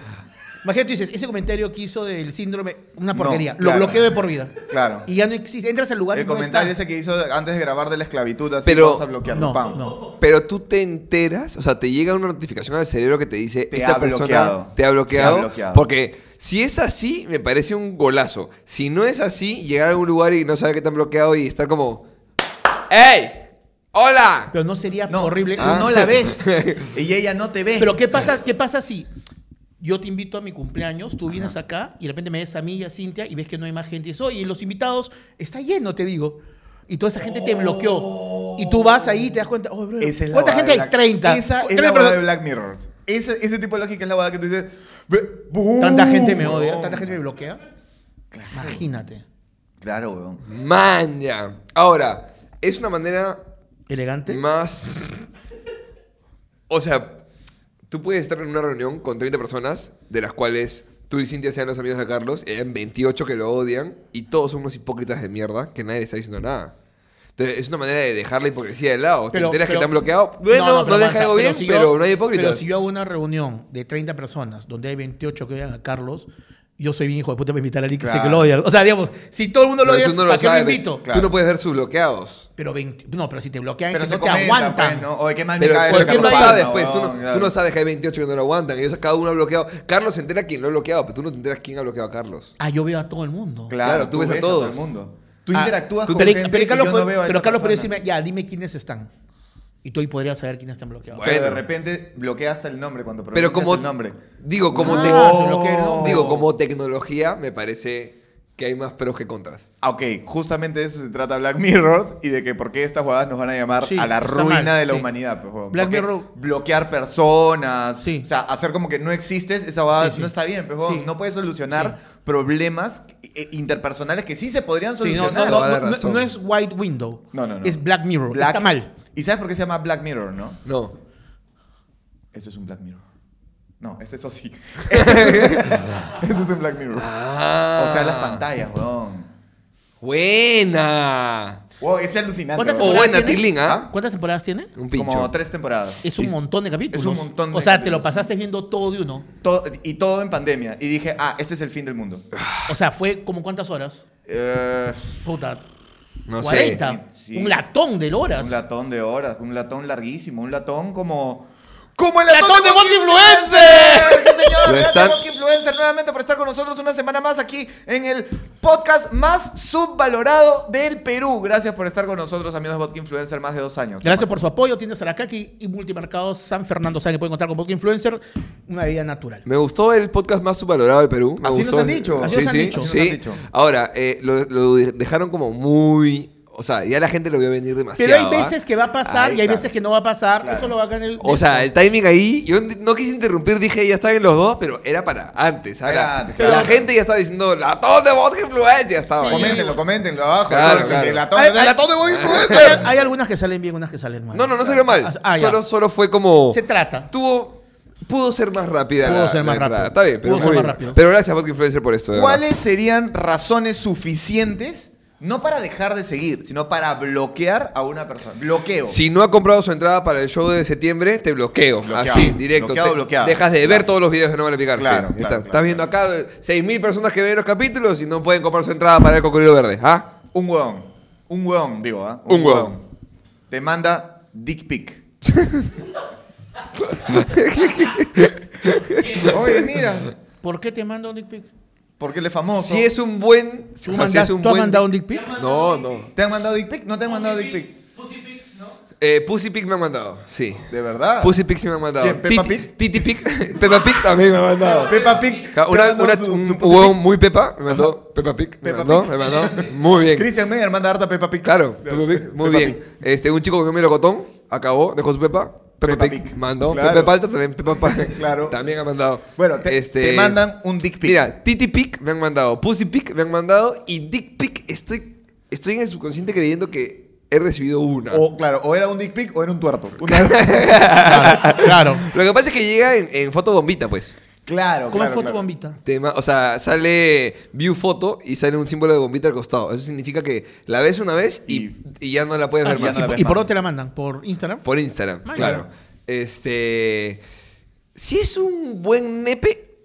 Speaker 2: Imagínate, tú dices, ese comentario que hizo del síndrome, una
Speaker 3: No,
Speaker 2: porquería.
Speaker 3: claro.
Speaker 2: Lo bloqueo de por vida.
Speaker 3: Claro.
Speaker 2: Y ya no existe. Entras al lugar
Speaker 3: El
Speaker 2: y no
Speaker 3: comentario
Speaker 2: está.
Speaker 3: ese que hizo antes de grabar de la esclavitud, así
Speaker 1: Pero-
Speaker 3: vamos a bloquearlo.
Speaker 2: No,
Speaker 3: pam.
Speaker 2: no.
Speaker 1: Pero tú te enteras, o sea, te llega una notificación al cerebro que te dice
Speaker 3: Te
Speaker 1: esta
Speaker 3: ha
Speaker 1: persona
Speaker 3: bloqueado.
Speaker 1: te ha bloqueado.
Speaker 3: Te ha bloqueado.
Speaker 1: Porque si es así, me parece un golazo. Si no es así, llegar a algún lugar y no saber que te han bloqueado y estar como, ¡Ey! ¡Hola!
Speaker 2: Pero no sería
Speaker 3: No,
Speaker 2: horrible.
Speaker 3: Tú
Speaker 1: Ah.
Speaker 3: no la
Speaker 2: *laughs*
Speaker 3: ves. Y ella no te ve.
Speaker 2: Pero ¿qué pasa, ¿qué pasa si yo te invito a mi cumpleaños, tú vienes acá y de repente me ves a mí y a Cintia y ves que no hay más gente? Y dices, oye, los invitados, está lleno, te digo. Y toda esa gente te bloqueó. Y tú vas ahí y te das cuenta, oh, bro,
Speaker 3: Esa es la
Speaker 2: ¿cuánta
Speaker 3: huevada
Speaker 2: gente
Speaker 3: de
Speaker 2: hay?
Speaker 3: Black-
Speaker 2: 30.
Speaker 3: Esa es
Speaker 2: 30,
Speaker 3: la huevada de
Speaker 2: perdón.
Speaker 3: Black Mirror. Ese, ese tipo de lógica es la huevada que tú dices. "Ve- ¡Bum!
Speaker 2: Tanta gente me odia,
Speaker 3: huevón".
Speaker 2: tanta gente me bloquea. Imagínate.
Speaker 3: Claro, huevón.
Speaker 1: Man, ya. Ahora, es una manera
Speaker 2: Elegante.
Speaker 1: más. O sea, tú puedes estar en una reunión con 30 personas, de las cuales Tú y Cintia sean los amigos de Carlos, y hayan 28 que lo odian y todos son unos hipócritas de mierda que nadie les está diciendo nada. Entonces, es una manera de dejar la hipocresía de lado.
Speaker 2: Pero-
Speaker 1: Te enteras que
Speaker 2: pero-
Speaker 1: te han bloqueado. Bueno, no,
Speaker 2: pero
Speaker 1: les
Speaker 2: aguanta,
Speaker 1: caigo bien,
Speaker 2: si yo-
Speaker 1: pero, no hay hipócritas.
Speaker 2: Pero si yo hago una reunión de 30 personas donde hay 28 que odian a Carlos, yo soy bien hijo de puta para invitar a alguien que sé que
Speaker 3: Claro.
Speaker 2: lo odia. O sea, digamos, si todo el mundo lo
Speaker 1: Pero
Speaker 2: odia,
Speaker 1: tú no
Speaker 2: ¿para
Speaker 1: lo
Speaker 2: qué lo
Speaker 1: sabes.
Speaker 2: invito?
Speaker 1: Tú no puedes ver sus bloqueados.
Speaker 2: Pero 20 no, pero si te bloquean,
Speaker 3: Pero
Speaker 2: es que
Speaker 3: se
Speaker 2: no te
Speaker 3: comenta,
Speaker 2: aguantan.
Speaker 3: pues, ¿no? Oye, qué mal me
Speaker 1: Pero
Speaker 3: cae
Speaker 1: ¿por
Speaker 3: ese
Speaker 1: qué no
Speaker 3: cabrón,
Speaker 1: sabes, pues? Tú
Speaker 3: huevón,
Speaker 1: no, tú
Speaker 3: claro.
Speaker 1: no sabes que hay 28 que no lo aguantan. Ellos cada uno ha bloqueado. Carlos se entera quién lo ha bloqueado, pero tú no te enteras quién ha bloqueado a Carlos.
Speaker 2: Ah, yo veo a todo el mundo.
Speaker 1: Claro, tú ves a
Speaker 3: todo
Speaker 1: todos.
Speaker 3: el mundo. Tú
Speaker 2: Ah,
Speaker 3: interactúas
Speaker 2: tú
Speaker 3: con
Speaker 2: te-
Speaker 3: gente
Speaker 2: pero
Speaker 3: que
Speaker 2: Carlos,
Speaker 3: yo
Speaker 2: puede-
Speaker 3: no veo a
Speaker 2: pero
Speaker 3: esa
Speaker 2: Carlos podría
Speaker 3: persona.
Speaker 2: decirme, ya, dime quiénes están. Y tú ahí podrías saber quiénes están bloqueados.
Speaker 1: Bueno.
Speaker 3: Pero de repente bloqueaste el nombre cuando
Speaker 1: Pero
Speaker 3: pronuncias
Speaker 1: como.
Speaker 3: el nombre.
Speaker 1: Digo, como,
Speaker 2: Ah,
Speaker 1: te-
Speaker 2: se bloquea el nombre.
Speaker 1: digo, como tecnología, me parece que hay más pros que contras.
Speaker 3: Ah, Ok, justamente de eso se trata Black Mirror y de que por qué estas jugadas nos van a llamar
Speaker 2: Sí,
Speaker 3: a la
Speaker 2: está
Speaker 3: ruina
Speaker 2: mal,
Speaker 3: de la
Speaker 2: sí.
Speaker 3: humanidad. pues, huevón.
Speaker 2: Black
Speaker 3: Porque
Speaker 2: Mirror-
Speaker 3: Bloquear personas,
Speaker 2: Sí.
Speaker 3: o sea, hacer como que no existes, esa jugada
Speaker 2: Sí, sí.
Speaker 3: no está bien. pues, huevón.
Speaker 2: Sí.
Speaker 3: No puedes solucionar problemas eh, interpersonales que sí se podrían
Speaker 2: Sí, no,
Speaker 3: solucionar.
Speaker 2: no,
Speaker 1: Toda la
Speaker 2: no, no,
Speaker 1: razón.
Speaker 2: no es White Window.
Speaker 3: No, no, no.
Speaker 2: Es Black Mirror.
Speaker 3: Black-
Speaker 2: Está mal.
Speaker 3: ¿Y sabes por qué se llama Black Mirror, no?
Speaker 1: No.
Speaker 3: Esto es un Black Mirror. No, este es *laughs* sí. Esto es un Black Mirror.
Speaker 1: Ah.
Speaker 3: O sea, las pantallas, weón.
Speaker 1: Buena.
Speaker 3: Wow, es alucinante.
Speaker 2: ¿Cuántas
Speaker 3: weón.
Speaker 1: O
Speaker 2: temporadas
Speaker 1: buena,
Speaker 2: tiene?
Speaker 1: Tilín, ¿ah?
Speaker 2: ¿Cuántas temporadas tiene?
Speaker 1: Un pincho.
Speaker 3: Como tres temporadas.
Speaker 2: Es un montón de capítulos.
Speaker 3: es un montón de
Speaker 2: O sea, te
Speaker 3: capítulos.
Speaker 2: lo pasaste viendo todo de uno.
Speaker 3: Todo- y todo en pandemia. Y dije, ah, este es el fin del mundo.
Speaker 2: O sea, fue como cuántas horas.
Speaker 3: Eh,
Speaker 2: Puta,
Speaker 1: No sé.
Speaker 2: 40.
Speaker 3: Sí.
Speaker 2: Un latón de horas.
Speaker 3: un latón de horas, un latón larguísimo, un latón como...
Speaker 1: ¡Como el
Speaker 2: ¡Latón de Vox Influencer!
Speaker 3: ¡Sí, señor!
Speaker 1: Lo
Speaker 3: Gracias,
Speaker 1: están-
Speaker 3: Vodka Influencer, nuevamente por estar con nosotros una semana más aquí en el podcast más subvalorado del Perú. Gracias por estar con nosotros, amigos de Vodka Influencer, más de dos años.
Speaker 2: Gracias por su apoyo. Tiendas Aracaki y Multimercados San Fernando Sáenz. Pueden contar con Vodka Influencer. Una bebida natural.
Speaker 1: Me gustó el podcast más subvalorado del Perú. Me
Speaker 3: Así nos
Speaker 1: gustó.
Speaker 3: han dicho.
Speaker 2: Así
Speaker 1: Sí,
Speaker 2: nos han
Speaker 1: sí,
Speaker 2: dicho.
Speaker 3: Así
Speaker 1: sí.
Speaker 3: nos han dicho.
Speaker 1: Ahora, eh, lo, lo dejaron como muy... O sea, ya la gente lo vio venir demasiado.
Speaker 2: Pero hay
Speaker 1: ¿ah?
Speaker 2: veces que va a pasar
Speaker 1: Ahí
Speaker 2: y hay
Speaker 1: está.
Speaker 2: veces que no va a pasar.
Speaker 3: Claro.
Speaker 2: Eso lo va a ganar el.
Speaker 1: O sea, el timing ahí, yo n- no quise interrumpir, dije ya está bien los dos, pero era para antes. Ahora,
Speaker 3: Era antes,
Speaker 1: la
Speaker 3: claro.
Speaker 1: gente ya estaba diciendo, latón de vodka influencer. Ya estaba.
Speaker 2: Sí.
Speaker 1: ya.
Speaker 3: Coméntenlo, coméntenlo abajo.
Speaker 1: Claro,
Speaker 3: ¿no?
Speaker 1: claro.
Speaker 3: El latón,
Speaker 2: Ay,
Speaker 3: el
Speaker 2: ay.
Speaker 3: latón de Vodka Influencer.
Speaker 2: hay, hay algunas que salen bien, unas que salen mal.
Speaker 1: No, no, no salió mal.
Speaker 2: Ah, ya.
Speaker 1: solo, solo fue como...
Speaker 2: Se trata.
Speaker 1: Tuvo... Pudo ser más rápida.
Speaker 2: Pudo
Speaker 1: la-
Speaker 2: ser
Speaker 1: la
Speaker 2: más
Speaker 1: entrada.
Speaker 2: rápido.
Speaker 1: Está bien, pero,
Speaker 2: Pudo ser
Speaker 1: muy
Speaker 2: más
Speaker 1: bien.
Speaker 2: rápido.
Speaker 1: pero gracias, Vodka Influencer, por esto. de verdad.
Speaker 3: ¿Cuáles serían razones suficientes, no para dejar de seguir, sino para bloquear a una persona? Bloqueo.
Speaker 1: Si no ha comprado su entrada para el show de septiembre, te bloqueo.
Speaker 3: Bloqueado.
Speaker 1: Así, directo.
Speaker 3: Bloqueado,
Speaker 1: Te-
Speaker 3: bloqueado.
Speaker 1: Dejas de ver
Speaker 3: Claro.
Speaker 1: todos los videos de No Vale Picar.
Speaker 3: Claro,
Speaker 1: sí.
Speaker 3: claro,
Speaker 1: Está-
Speaker 3: claro,
Speaker 1: Estás viendo acá 6.000 personas que ven los capítulos y no pueden comprar su entrada para el cocodrilo verde. ¿Ah?
Speaker 3: Un huevón. Un huevón, digo, ¿ah?
Speaker 1: Un huevón.
Speaker 3: Te manda dick pic. Oye, mira.
Speaker 2: ¿Por qué te mando un dick pic?
Speaker 3: Porque él es famoso.
Speaker 1: Si es un buen. o
Speaker 2: ¿Tú,
Speaker 1: sea, si
Speaker 2: mandas-
Speaker 1: es un
Speaker 2: tú has
Speaker 1: buen
Speaker 2: mandado un
Speaker 1: dick-
Speaker 2: dick
Speaker 1: *laughs*
Speaker 2: pic?
Speaker 1: No, no.
Speaker 3: ¿Te han mandado dick pic? ¿No te han mandado dick pic?
Speaker 4: Pussy pic, ¿no?
Speaker 1: Eh, Pussy Pig me ha mandado. Sí.
Speaker 3: ¿De verdad?
Speaker 1: Pussy Pig sí me ha mandado.
Speaker 3: ¿Quién, Peppa
Speaker 1: Titi-
Speaker 3: Pig?
Speaker 1: Titi Pig. *laughs* Peppa Pig también me ha mandado.
Speaker 3: Peppa Pig.
Speaker 1: Ja, Una,
Speaker 3: te mandó
Speaker 1: una,
Speaker 3: su-
Speaker 1: un
Speaker 3: su pussy
Speaker 1: huevón
Speaker 3: pic.
Speaker 1: muy Peppa me mandó. Peppa Pig. Me
Speaker 3: Peppa
Speaker 1: mandó.
Speaker 3: Pig.
Speaker 1: Me mandó. Muy bien.
Speaker 3: Christian Meyer manda harta Peppa Pig.
Speaker 1: Claro, Peppa Pig, muy
Speaker 3: Peppa
Speaker 1: bien. Este, un chico que comió melocotón, acabó, dejó su pepa. Peppa,
Speaker 3: Peppa
Speaker 1: Pig
Speaker 3: Pig.
Speaker 1: mandó.
Speaker 3: Claro.
Speaker 1: Pepe Palta también, Peppa Pig.
Speaker 3: *laughs* Claro.
Speaker 1: También ha mandado.
Speaker 3: Bueno, te,
Speaker 1: Este,
Speaker 3: te mandan un dick pic.
Speaker 1: Mira, Titi Pig me han mandado, Pussy Pig me han mandado y Dick Pig estoy, estoy en el subconsciente creyendo que he recibido una.
Speaker 3: O, claro, o era un dick pic o era
Speaker 1: *laughs*
Speaker 3: un tuerto. Una-
Speaker 2: Claro, claro.
Speaker 1: Lo que pasa es que llega en, en foto bombita, pues.
Speaker 3: claro,
Speaker 2: ¿Cómo es
Speaker 3: claro,
Speaker 2: foto
Speaker 3: claro.
Speaker 2: bombita?
Speaker 1: Te ma- o sea, sale view foto y sale un símbolo de bombita al costado. Eso significa que la ves una vez y, y ya no la puedes
Speaker 3: Ah,
Speaker 1: ver
Speaker 3: ya
Speaker 1: más.
Speaker 3: no la ves
Speaker 2: ¿Y por
Speaker 3: más.
Speaker 2: dónde te la mandan? ¿Por Instagram?
Speaker 1: Por Instagram,
Speaker 2: Ah,
Speaker 1: claro.
Speaker 2: ya.
Speaker 1: Este. Si es un buen nepe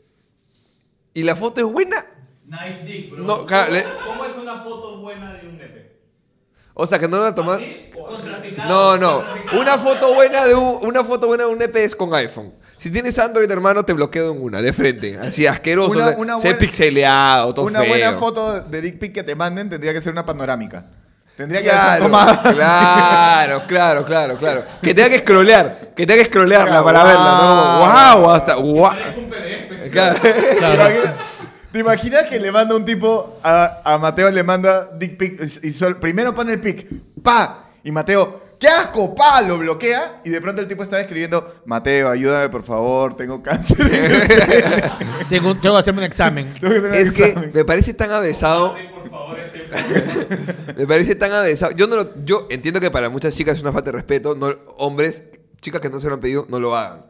Speaker 1: y la foto es buena,
Speaker 5: Nice dick, bro.
Speaker 1: no, ca- le-
Speaker 4: ¿Cómo es una foto buena de un nepe?
Speaker 1: o sea, que no la tomas.
Speaker 5: Contrapicado,
Speaker 1: No, no.
Speaker 5: contrapicado.
Speaker 1: Una foto buena de un, una foto buena de un nepe es con iPhone. Si tienes Android, hermano, te bloqueo en una, de frente. Así asqueroso.
Speaker 3: Una-
Speaker 1: se-
Speaker 3: una
Speaker 1: se
Speaker 3: buena-
Speaker 1: pixeleado, todo
Speaker 3: Una
Speaker 1: feo.
Speaker 3: buena foto de dick pic que te manden tendría que ser una panorámica. Tendría que ser
Speaker 1: *laughs* Claro,
Speaker 3: tomada.
Speaker 1: claro, claro, claro, claro. Que tenga que scrollear, que tenga que scrollearla
Speaker 3: Claro,
Speaker 1: para verla, ¿no?
Speaker 3: guau.
Speaker 1: Wow, hasta wow.
Speaker 4: Es un PDF.
Speaker 1: Claro.
Speaker 3: *laughs* ¿Te imaginas- ¿Te imaginas que le manda un tipo a, a Mateo le manda dick pic y sol- primero pone el pic, pa, y Mateo, qué asco, pa, lo bloquea y de pronto el tipo está escribiendo, Mateo, ayúdame por favor, tengo cáncer. *laughs*
Speaker 2: Tengo, tengo que hacerme un examen.
Speaker 3: Tengo hacer un
Speaker 1: Es que
Speaker 3: examen.
Speaker 1: me parece tan avesado.
Speaker 4: Dale, por favor, este
Speaker 1: Me parece tan avesado. Yo no lo- yo entiendo que para muchas chicas es una falta de respeto. No, hombres, chicas que no se lo han pedido, no lo hagan.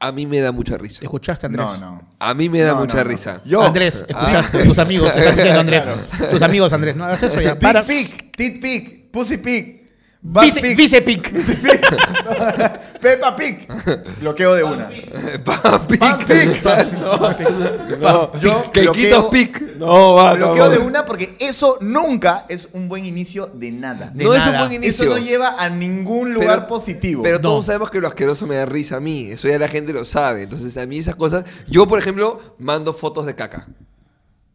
Speaker 1: A mí me da mucha risa.
Speaker 2: ¿Escuchaste, Andrés?
Speaker 3: No, no.
Speaker 1: A mí me da
Speaker 3: No,
Speaker 1: mucha
Speaker 3: no, no.
Speaker 1: risa. *laughs*
Speaker 3: Yo. eh, ah.
Speaker 2: Andrés, escuchaste. Tus amigos, se están diciendo Andrés. Tus amigos, Andrés. No hagas eso ya.
Speaker 3: Pig
Speaker 2: Para.
Speaker 3: Pig, Tit Pig, Pussy Pig, Bat
Speaker 2: Vice,
Speaker 3: Pig, *laughs*
Speaker 2: vice pic.
Speaker 3: Peppa Pig. Bloqueo de una.
Speaker 1: Papi.
Speaker 3: Pan
Speaker 2: *laughs*
Speaker 3: Pig.
Speaker 1: *laughs* No,
Speaker 3: Yo
Speaker 1: Quequitos
Speaker 3: bloqueo-
Speaker 1: Pic. No, va, no,
Speaker 3: Bloqueo
Speaker 1: va.
Speaker 3: de una porque eso nunca es un buen inicio de nada.
Speaker 2: De
Speaker 1: No es un
Speaker 2: nada.
Speaker 1: buen inicio.
Speaker 3: Eso no lleva a ningún lugar
Speaker 1: Pero-
Speaker 3: positivo.
Speaker 1: Pero
Speaker 2: No.
Speaker 1: todos sabemos que lo asqueroso me da risa a mí. Eso ya la gente lo sabe. Entonces, a mí esas cosas. Yo, por ejemplo, mando fotos de caca.
Speaker 2: *laughs*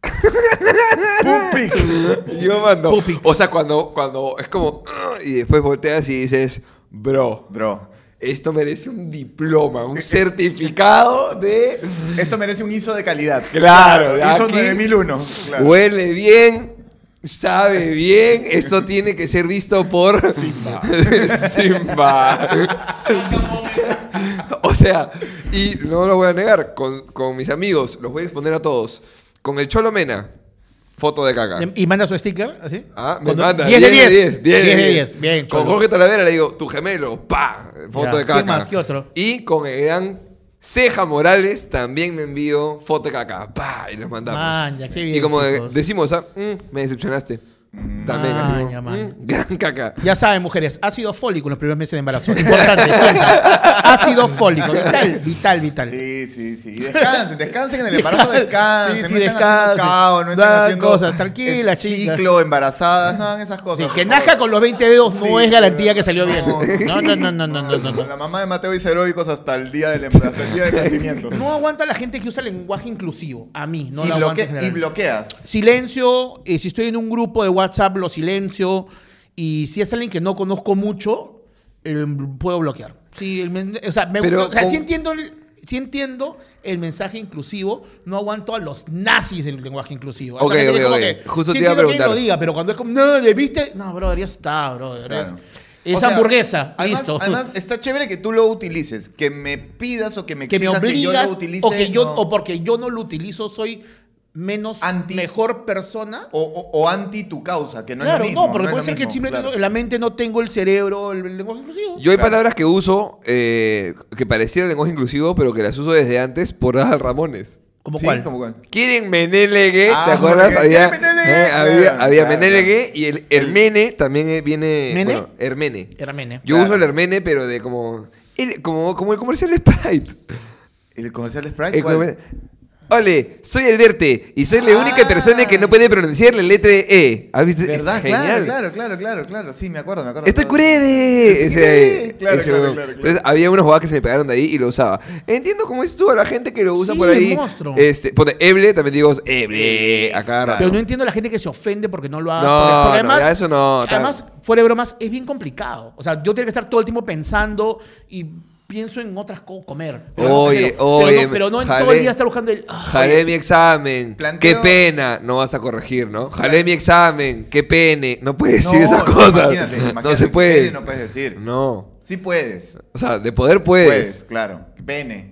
Speaker 3: Pum Pig.
Speaker 1: *laughs* Yo mando.
Speaker 2: Pupi.
Speaker 1: O sea, cuando, cuando es como. "Ugh", Y después volteas y dices, bro,
Speaker 3: Bro,
Speaker 1: esto merece un diploma, un certificado de.
Speaker 3: esto merece un ISO de calidad.
Speaker 1: Claro, de
Speaker 3: ISO
Speaker 1: aquí-
Speaker 3: 9001. claro.
Speaker 1: Huele bien. Sabe bien, esto tiene que ser visto por Simba. *laughs* Simba. O sea, y no lo voy a negar, con, con mis amigos, los voy a exponer a todos. Con el Cholo Mena, foto de caca.
Speaker 2: Y manda su sticker, así.
Speaker 1: Ah, me
Speaker 2: Cuando-
Speaker 1: manda.
Speaker 2: 10 de 10.
Speaker 1: 10, 10
Speaker 2: 10 de 10. Bien,
Speaker 1: Con
Speaker 2: Cholo.
Speaker 1: Jorge Talavera le digo, tu gemelo, pa, foto
Speaker 2: Ya,
Speaker 1: de
Speaker 2: ¿qué
Speaker 1: caca.
Speaker 2: más? ¿Qué otro?
Speaker 1: Y con el gran Ceja Morales también me envío foto de caca, pa, y nos mandamos.
Speaker 2: Maña, qué bien,
Speaker 1: y como de-
Speaker 2: chicos. Mm.
Speaker 1: decimos, ah, mm, me decepcionaste. También, así como,
Speaker 2: Maña, maña.
Speaker 1: "Mm, gran caca.
Speaker 2: Ya saben, mujeres, ácido fólico en los primeros meses de embarazo. Importante, cuenta. Ácido fólico, vital, vital, vital.
Speaker 3: Sí, sí, sí. Y Descansen, descansen en el embarazo, descansen.
Speaker 2: Sí, sí,
Speaker 3: no estén
Speaker 2: descansen.
Speaker 3: haciendo caos, no estén
Speaker 2: Hagan
Speaker 3: haciendo
Speaker 2: cosas, tranquilas, chicas.
Speaker 3: Ciclo, embarazadas, no hagan esas
Speaker 2: Sí,
Speaker 3: cosas.
Speaker 2: que
Speaker 3: por
Speaker 2: nazca
Speaker 3: favor.
Speaker 2: con los 20 dedos
Speaker 3: Sí,
Speaker 2: no es garantía
Speaker 3: pero-
Speaker 2: que salió bien. No, no, no, no, no, no. no,
Speaker 3: *laughs* La
Speaker 2: no.
Speaker 3: mamá de Mateo hizo heroicos hasta el día del embarazo, hasta el
Speaker 2: *laughs*
Speaker 3: día del nacimiento.
Speaker 2: No aguanto a la gente que usa lenguaje inclusivo. A mí, no
Speaker 3: y,
Speaker 2: lo aguanto.
Speaker 3: bloque-
Speaker 2: en general.
Speaker 3: y bloqueas.
Speaker 2: silencio, eh, si estoy en un grupo de WhatsApp, lo silencio. Y si es alguien que no conozco mucho, eh, puedo bloquear. Sí, el men- o sea, me-
Speaker 1: Pero
Speaker 2: o sea, sí
Speaker 1: con-
Speaker 2: entiendo el, sí entiendo el mensaje inclusivo, no aguanto a los nazis del lenguaje inclusivo.
Speaker 1: Ok,
Speaker 2: que
Speaker 1: ok,
Speaker 2: es como
Speaker 1: ok.
Speaker 2: que,
Speaker 1: Justo
Speaker 2: sí
Speaker 1: te iba a
Speaker 2: entiendo que alguien
Speaker 1: preguntar.
Speaker 2: lo diga, pero cuando es como, no, ¿debiste? No, brother, ya está, brother.
Speaker 3: Claro.
Speaker 2: Es,
Speaker 3: O
Speaker 2: es
Speaker 3: sea,
Speaker 2: hamburguesa,
Speaker 3: además-
Speaker 2: listo.
Speaker 3: Además, está chévere que tú lo utilices, que me pidas o que me
Speaker 2: *laughs* que me
Speaker 3: exijas que, yo
Speaker 2: obligas
Speaker 3: lo utilice.
Speaker 2: o, que yo,
Speaker 3: no.
Speaker 2: o porque yo no lo utilizo, soy menos,
Speaker 3: Anti-
Speaker 2: mejor persona.
Speaker 3: O- o- o anti tu causa, que no
Speaker 2: claro,
Speaker 3: es lo mismo.
Speaker 2: no, porque
Speaker 3: es lo
Speaker 2: puede ser que
Speaker 3: mismo,
Speaker 2: simplemente
Speaker 3: claro.
Speaker 2: no- en la mente no tengo el cerebro, el, el lenguaje inclusivo.
Speaker 1: Yo hay
Speaker 3: Claro.
Speaker 1: palabras que uso eh, que pareciera lenguaje inclusivo, pero que las uso desde antes por Adal Ramones.
Speaker 2: ¿Como
Speaker 3: Sí,
Speaker 2: cuál?
Speaker 3: como cuál.
Speaker 1: Quieren Menelegue,
Speaker 3: Ah,
Speaker 1: ¿te acuerdas?
Speaker 3: porque
Speaker 1: Había,
Speaker 3: quieren Menelegue,
Speaker 1: eh,
Speaker 3: claro,
Speaker 1: había, había
Speaker 3: claro,
Speaker 1: Menelegue y el Hermene también eh, viene.
Speaker 2: ¿Mene?
Speaker 1: Bueno, Hermene.
Speaker 2: Hermene.
Speaker 1: Yo
Speaker 3: Claro.
Speaker 1: uso el Hermene, pero de como. el- como, como el comercial de Sprite.
Speaker 3: ¿El comercial de Sprite?
Speaker 1: El
Speaker 3: ¿Cuál?
Speaker 1: comer- Ole, soy Alberte y soy la
Speaker 3: Ah.
Speaker 1: única persona que no puede pronunciar la letra de E. ¿Has visto? Es
Speaker 3: ¿Verdad?
Speaker 1: genial.
Speaker 3: Claro, claro, claro, claro, claro. Sí, me acuerdo, me acuerdo.
Speaker 1: ¡Estoy
Speaker 3: Claro.
Speaker 1: curede! Ese-
Speaker 3: curede. Claro,
Speaker 1: ese
Speaker 3: claro,
Speaker 1: huevón.
Speaker 3: claro, claro.
Speaker 1: Entonces había unos jugadas que se me pegaron de ahí y lo usaba. Entiendo cómo es tú a la gente que lo usa
Speaker 2: Sí,
Speaker 1: por ahí.
Speaker 2: monstruo.
Speaker 1: Este, ponte Eble, también digo Eble, acá
Speaker 2: Pero no entiendo a la gente que se ofende porque no lo haga.
Speaker 1: No,
Speaker 2: porque, porque
Speaker 1: no, ya eso no, tal.
Speaker 2: Además, fuera de bromas, es bien complicado. O sea, yo tengo que estar todo el tiempo pensando y pienso en otras cosas, comer.
Speaker 1: Oye,
Speaker 2: pero, pero
Speaker 1: oye,
Speaker 2: no- Pero no, en todo
Speaker 1: jalé.
Speaker 2: el día estar buscando el... ah,
Speaker 1: Jalé mi examen,
Speaker 3: Planteo-
Speaker 1: qué pena, no vas a corregir, ¿no? Jalé mi examen, qué pene, no puedes *laughs*
Speaker 3: No,
Speaker 1: decir esas
Speaker 3: no,
Speaker 1: cosas.
Speaker 3: imagínate,
Speaker 1: no
Speaker 3: imagínate,
Speaker 1: se puede.
Speaker 3: pene No puedes decir.
Speaker 1: No.
Speaker 3: Sí puedes.
Speaker 1: O sea, de poder puedes.
Speaker 3: Puedes, claro. Pues, Pene.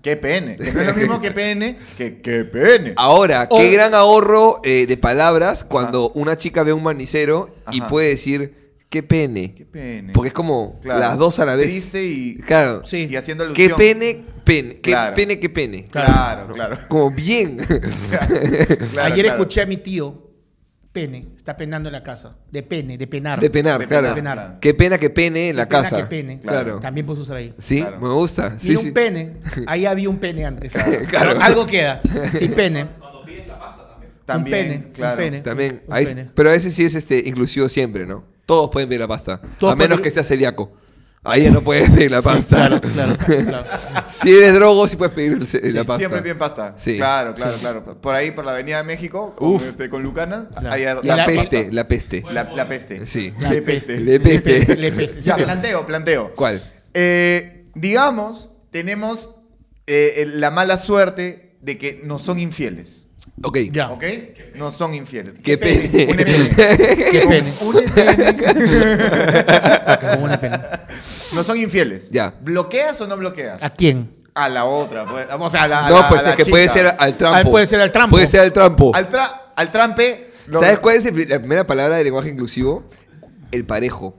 Speaker 3: ¿Qué pene? Que no es lo mismo que pene que qué pene.
Speaker 1: Ahora,
Speaker 2: O-
Speaker 1: qué gran ahorro eh, de palabras cuando una chica ve un manicero y
Speaker 3: Ajá.
Speaker 1: puede decir qué pene.
Speaker 3: Qué pene.
Speaker 1: Porque es como
Speaker 3: Claro.
Speaker 1: las dos a la vez.
Speaker 3: Triste y,
Speaker 1: Claro.
Speaker 2: Sí.
Speaker 3: y haciendo alusión.
Speaker 1: Qué pene, pene. Qué
Speaker 3: Claro.
Speaker 1: pene, qué pene.
Speaker 3: Claro, claro.
Speaker 1: *laughs* Como bien.
Speaker 3: Claro,
Speaker 2: Ayer
Speaker 3: claro.
Speaker 2: escuché a mi tío, pene, está penando en la casa. De pene, de penar.
Speaker 1: De penar,
Speaker 3: De
Speaker 1: claro.
Speaker 2: penar.
Speaker 1: Qué pena que pene en la
Speaker 2: Qué pena
Speaker 1: casa.
Speaker 2: que pene.
Speaker 1: Claro.
Speaker 2: También puedes usar ahí.
Speaker 1: Sí,
Speaker 3: Claro.
Speaker 1: me gusta.
Speaker 2: Y
Speaker 1: Sí,
Speaker 2: un
Speaker 1: sí.
Speaker 2: pene,
Speaker 1: *laughs*
Speaker 2: ahí había un pene antes.
Speaker 1: Claro.
Speaker 2: Pero Algo queda. Sin pene.
Speaker 3: También,
Speaker 2: un pene,
Speaker 3: claro.
Speaker 2: un pene.
Speaker 1: También.
Speaker 2: un
Speaker 1: ahí-
Speaker 2: pene.
Speaker 1: pero ese sí es este inclusivo siempre, ¿no? Todos pueden pedir la pasta.
Speaker 2: Todos
Speaker 1: a menos
Speaker 2: pueden-
Speaker 1: que seas celíaco. Ahí ya no puedes pedir la pasta.
Speaker 2: Claro, claro, claro.
Speaker 1: *laughs* Si eres drogo, sí puedes pedir el ce- la pasta.
Speaker 3: Siempre bien pasta.
Speaker 1: Sí.
Speaker 3: Claro, claro, claro. Por ahí, por la Avenida de México,
Speaker 1: Uf.
Speaker 3: Con, este, con Lucanas,
Speaker 2: Claro.
Speaker 3: ahí
Speaker 2: Y
Speaker 1: La,
Speaker 2: la-
Speaker 1: peste, la peste.
Speaker 3: La, la peste.
Speaker 1: Sí.
Speaker 2: La
Speaker 3: De peste.
Speaker 1: Le peste.
Speaker 2: Le
Speaker 1: *laughs*
Speaker 2: peste.
Speaker 3: Ya, planteo, planteo.
Speaker 1: ¿Cuál?
Speaker 3: Eh, digamos, tenemos eh, el- la mala suerte de que no son infieles.
Speaker 1: Ok. *laughs*
Speaker 2: Ya.
Speaker 3: ¿Ok? No son infieles.
Speaker 1: Qué pene. *laughs*
Speaker 3: Un EPN.
Speaker 2: Qué pene.
Speaker 3: Un EPN.
Speaker 2: Como una pena.
Speaker 3: No son infieles.
Speaker 1: Ya.
Speaker 3: ¿Bloqueas o no bloqueas?
Speaker 2: ¿A quién?
Speaker 3: A la otra. Pues. O sea, a la. a
Speaker 1: No,
Speaker 3: la-
Speaker 1: pues
Speaker 3: a la
Speaker 1: es que
Speaker 3: chica.
Speaker 1: puede ser al trampo.
Speaker 2: Ah, puede ser al trampo.
Speaker 1: Puede ser al trampo.
Speaker 3: Al, tra- al trampe. lo-
Speaker 1: ¿Sabes cuál es el pri- la primera palabra del lenguaje inclusivo? El parejo.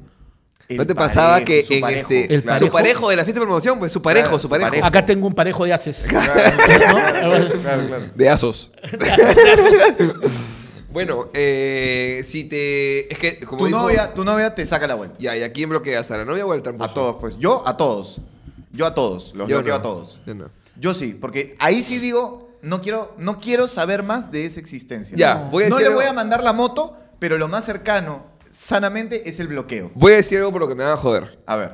Speaker 1: ¿No te pasaba que en este.
Speaker 2: El
Speaker 1: Su
Speaker 2: parejo.
Speaker 1: parejo de la fiesta de promoción, pues su parejo,
Speaker 3: Claro,
Speaker 1: su
Speaker 3: su
Speaker 1: parejo.
Speaker 3: parejo.
Speaker 2: Acá tengo un parejo de haces. *laughs* Ah,
Speaker 3: Claro, claro, claro.
Speaker 1: De
Speaker 3: *laughs*
Speaker 1: asos. bueno, eh, si te. Es que, como
Speaker 3: Tu
Speaker 1: dijo-
Speaker 3: novia, tu novia te saca la vuelta.
Speaker 1: Ya, ¿y a quién bloqueas? ¿A la novia o al tramposo?
Speaker 3: A todos, pues. Yo a todos. Yo a todos. Los
Speaker 1: Yo
Speaker 3: bloqueo
Speaker 1: no.
Speaker 3: a todos.
Speaker 1: Yo no.
Speaker 3: Yo sí, porque ahí sí digo, no quiero, no quiero saber más de esa existencia.
Speaker 1: Ya,
Speaker 3: no
Speaker 1: voy a
Speaker 3: No
Speaker 1: decir
Speaker 3: le voy
Speaker 1: algo-
Speaker 3: a mandar la moto, pero lo más cercano, sanamente, es el bloqueo.
Speaker 1: Voy a decir algo por lo que me van a joder.
Speaker 3: A ver.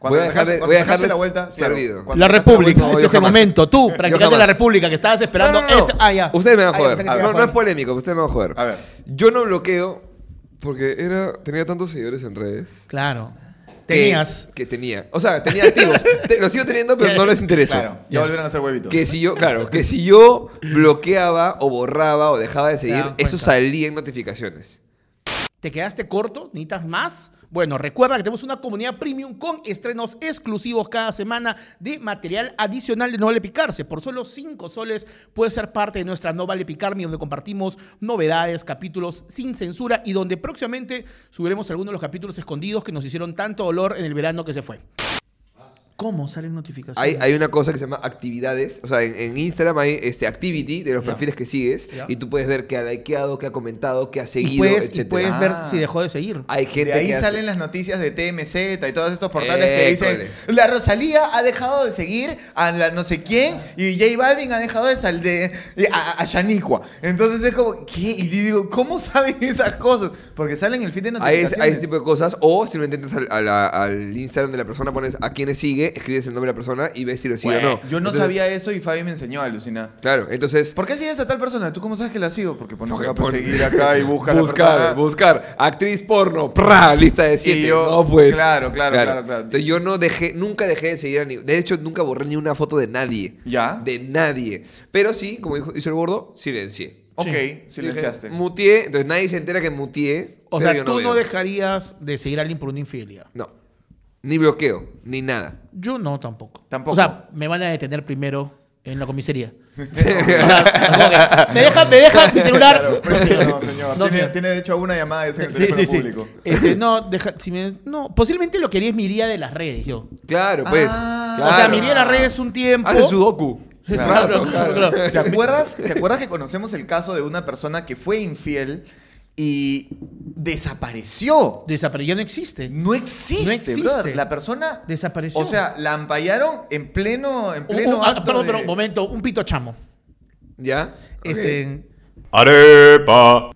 Speaker 1: Voy a
Speaker 3: te
Speaker 1: dejar de-
Speaker 3: cuando
Speaker 1: voy a
Speaker 3: te sacaste
Speaker 1: dejarles
Speaker 3: la vuelta, claro,
Speaker 1: servido.
Speaker 3: cuando
Speaker 2: La
Speaker 3: te sacaste la
Speaker 2: República,
Speaker 1: no,
Speaker 2: este
Speaker 1: yo
Speaker 2: es el
Speaker 1: jamás.
Speaker 2: momento. Tú, practicante de la
Speaker 1: jamás.
Speaker 2: República, que estabas
Speaker 1: No,
Speaker 2: esperando.
Speaker 1: no, no.
Speaker 2: esto- Ah, ya.
Speaker 1: Ustedes me van a
Speaker 2: Ah, ya,
Speaker 1: joder.
Speaker 2: pensé que te iba
Speaker 1: No,
Speaker 2: a
Speaker 1: no es
Speaker 2: joder.
Speaker 1: polémico, ustedes me van a joder.
Speaker 3: A ver.
Speaker 1: Yo no bloqueo porque era, tenía tantos seguidores en redes.
Speaker 2: Claro.
Speaker 1: que-
Speaker 2: Tenías.
Speaker 1: Que, tenía. O sea, tenía
Speaker 3: *laughs*
Speaker 1: activos. Te- los sigo teniendo, pero no les interesa.
Speaker 3: Claro, ya
Speaker 2: Ya.
Speaker 3: volvieron a hacer huevitos.
Speaker 1: Que si yo, claro, que si yo bloqueaba o borraba o dejaba de seguir,
Speaker 2: daban
Speaker 1: eso
Speaker 2: cuenta.
Speaker 1: salía en notificaciones.
Speaker 2: ¿Te quedaste corto? ¿Necesitas más? Bueno, recuerda que tenemos una comunidad premium con estrenos exclusivos cada semana de material adicional de No Vale Picarse. Por solo 5 soles puedes ser parte de nuestra No Vale Picarme, donde compartimos novedades, capítulos sin censura y donde próximamente subiremos algunos de los capítulos escondidos que nos hicieron tanto dolor en el verano que se fue. ¿Cómo salen notificaciones?
Speaker 1: Hay, hay una cosa que se llama actividades. O sea, en, en Instagram hay este activity de los
Speaker 2: Ya.
Speaker 1: perfiles que sigues.
Speaker 2: Ya.
Speaker 1: Y tú puedes ver qué ha likeado, qué ha comentado, qué ha
Speaker 2: y
Speaker 1: seguido,
Speaker 2: puedes, y
Speaker 1: etcétera.
Speaker 2: puedes ver
Speaker 3: Ah.
Speaker 2: si dejó de seguir.
Speaker 1: Hay
Speaker 3: de
Speaker 1: gente
Speaker 3: ahí
Speaker 1: que hace-
Speaker 3: salen las noticias de TMZ y todos estos portales que dicen
Speaker 1: École.
Speaker 3: la Rosalía ha dejado de seguir a la no sé quién y J Balvin ha dejado de sal de a, a Shaniqua. Entonces es como, ¿qué? Y yo digo, ¿cómo saben esas cosas? Porque salen el feed de
Speaker 1: Hay
Speaker 3: notificaciones.
Speaker 1: ese, hay ese tipo de cosas. O si no intentas al, a la- al Instagram de la persona, pones a quienes sigue, escribes el nombre de la persona y ves si lo sigue o no.
Speaker 3: Eh, Yo no
Speaker 1: Entonces-
Speaker 3: sabía eso y Fabi me enseñó a alucinar.
Speaker 1: Claro, entonces.
Speaker 3: ¿Por qué sigues a tal persona? ¿Tú cómo sabes que la sigo? Porque pues, pones
Speaker 1: Porque
Speaker 3: acá por
Speaker 1: pon-
Speaker 3: seguir acá y buscas la persona.
Speaker 1: Buscar, buscar. Actriz porno, ¡pra! Lista de siete.
Speaker 3: Y yo-
Speaker 1: no, pues.
Speaker 3: claro, claro, claro, claro.
Speaker 1: Entonces, yo no dejé, nunca dejé de seguir a ni. De hecho, nunca borré ni una foto de nadie.
Speaker 3: ¿Ya?
Speaker 1: De nadie. Pero sí, como dijo, hizo el gordo, silencié.
Speaker 3: Ok, silenciaste.
Speaker 1: Dije, Mutié, entonces nadie se entera que mutié.
Speaker 2: O
Speaker 1: pero
Speaker 2: sea,
Speaker 1: yo
Speaker 2: tú
Speaker 1: veo.
Speaker 2: no dejarías de seguir a alguien por una infidelidad.
Speaker 1: No. Ni bloqueo, ni nada.
Speaker 2: Yo no tampoco.
Speaker 3: Tampoco.
Speaker 2: O sea, me van a detener primero en
Speaker 3: *laughs*
Speaker 2: la comisaría. O sea, como que, me dejan, me dejan mi celular.
Speaker 3: Claro, pero
Speaker 2: *laughs*
Speaker 3: no, señor.
Speaker 2: No,
Speaker 3: tiene,
Speaker 2: señor.
Speaker 3: tiene, de hecho una llamada de ese en el
Speaker 2: Sí, sí,
Speaker 3: teléfono
Speaker 2: sí.
Speaker 3: público.
Speaker 2: Este, no, deja- si me- no, posiblemente lo que haría es me iría de las redes, yo.
Speaker 1: *laughs* Claro, pues.
Speaker 3: Ah.
Speaker 1: claro.
Speaker 2: O sea, me iría de las redes un tiempo.
Speaker 1: Hace sudoku.
Speaker 3: Claro,
Speaker 1: Rato,
Speaker 2: *laughs* claro,
Speaker 1: claro.
Speaker 2: claro.
Speaker 3: ¿Te acuerdas, ¿Te acuerdas que conocemos el caso de una persona que fue infiel y desapareció?
Speaker 2: Desapare- ya no existe.
Speaker 3: No existe,
Speaker 2: No existe.
Speaker 3: brother. La persona.
Speaker 2: Desapareció.
Speaker 3: O sea, la ampallaron en pleno. En
Speaker 2: Un-
Speaker 3: pleno
Speaker 2: un- ah,
Speaker 3: acto
Speaker 2: perdón,
Speaker 3: de-
Speaker 2: perdón, momento, un pito chamo.
Speaker 1: ¿Ya?
Speaker 2: Este,
Speaker 6: Arepa.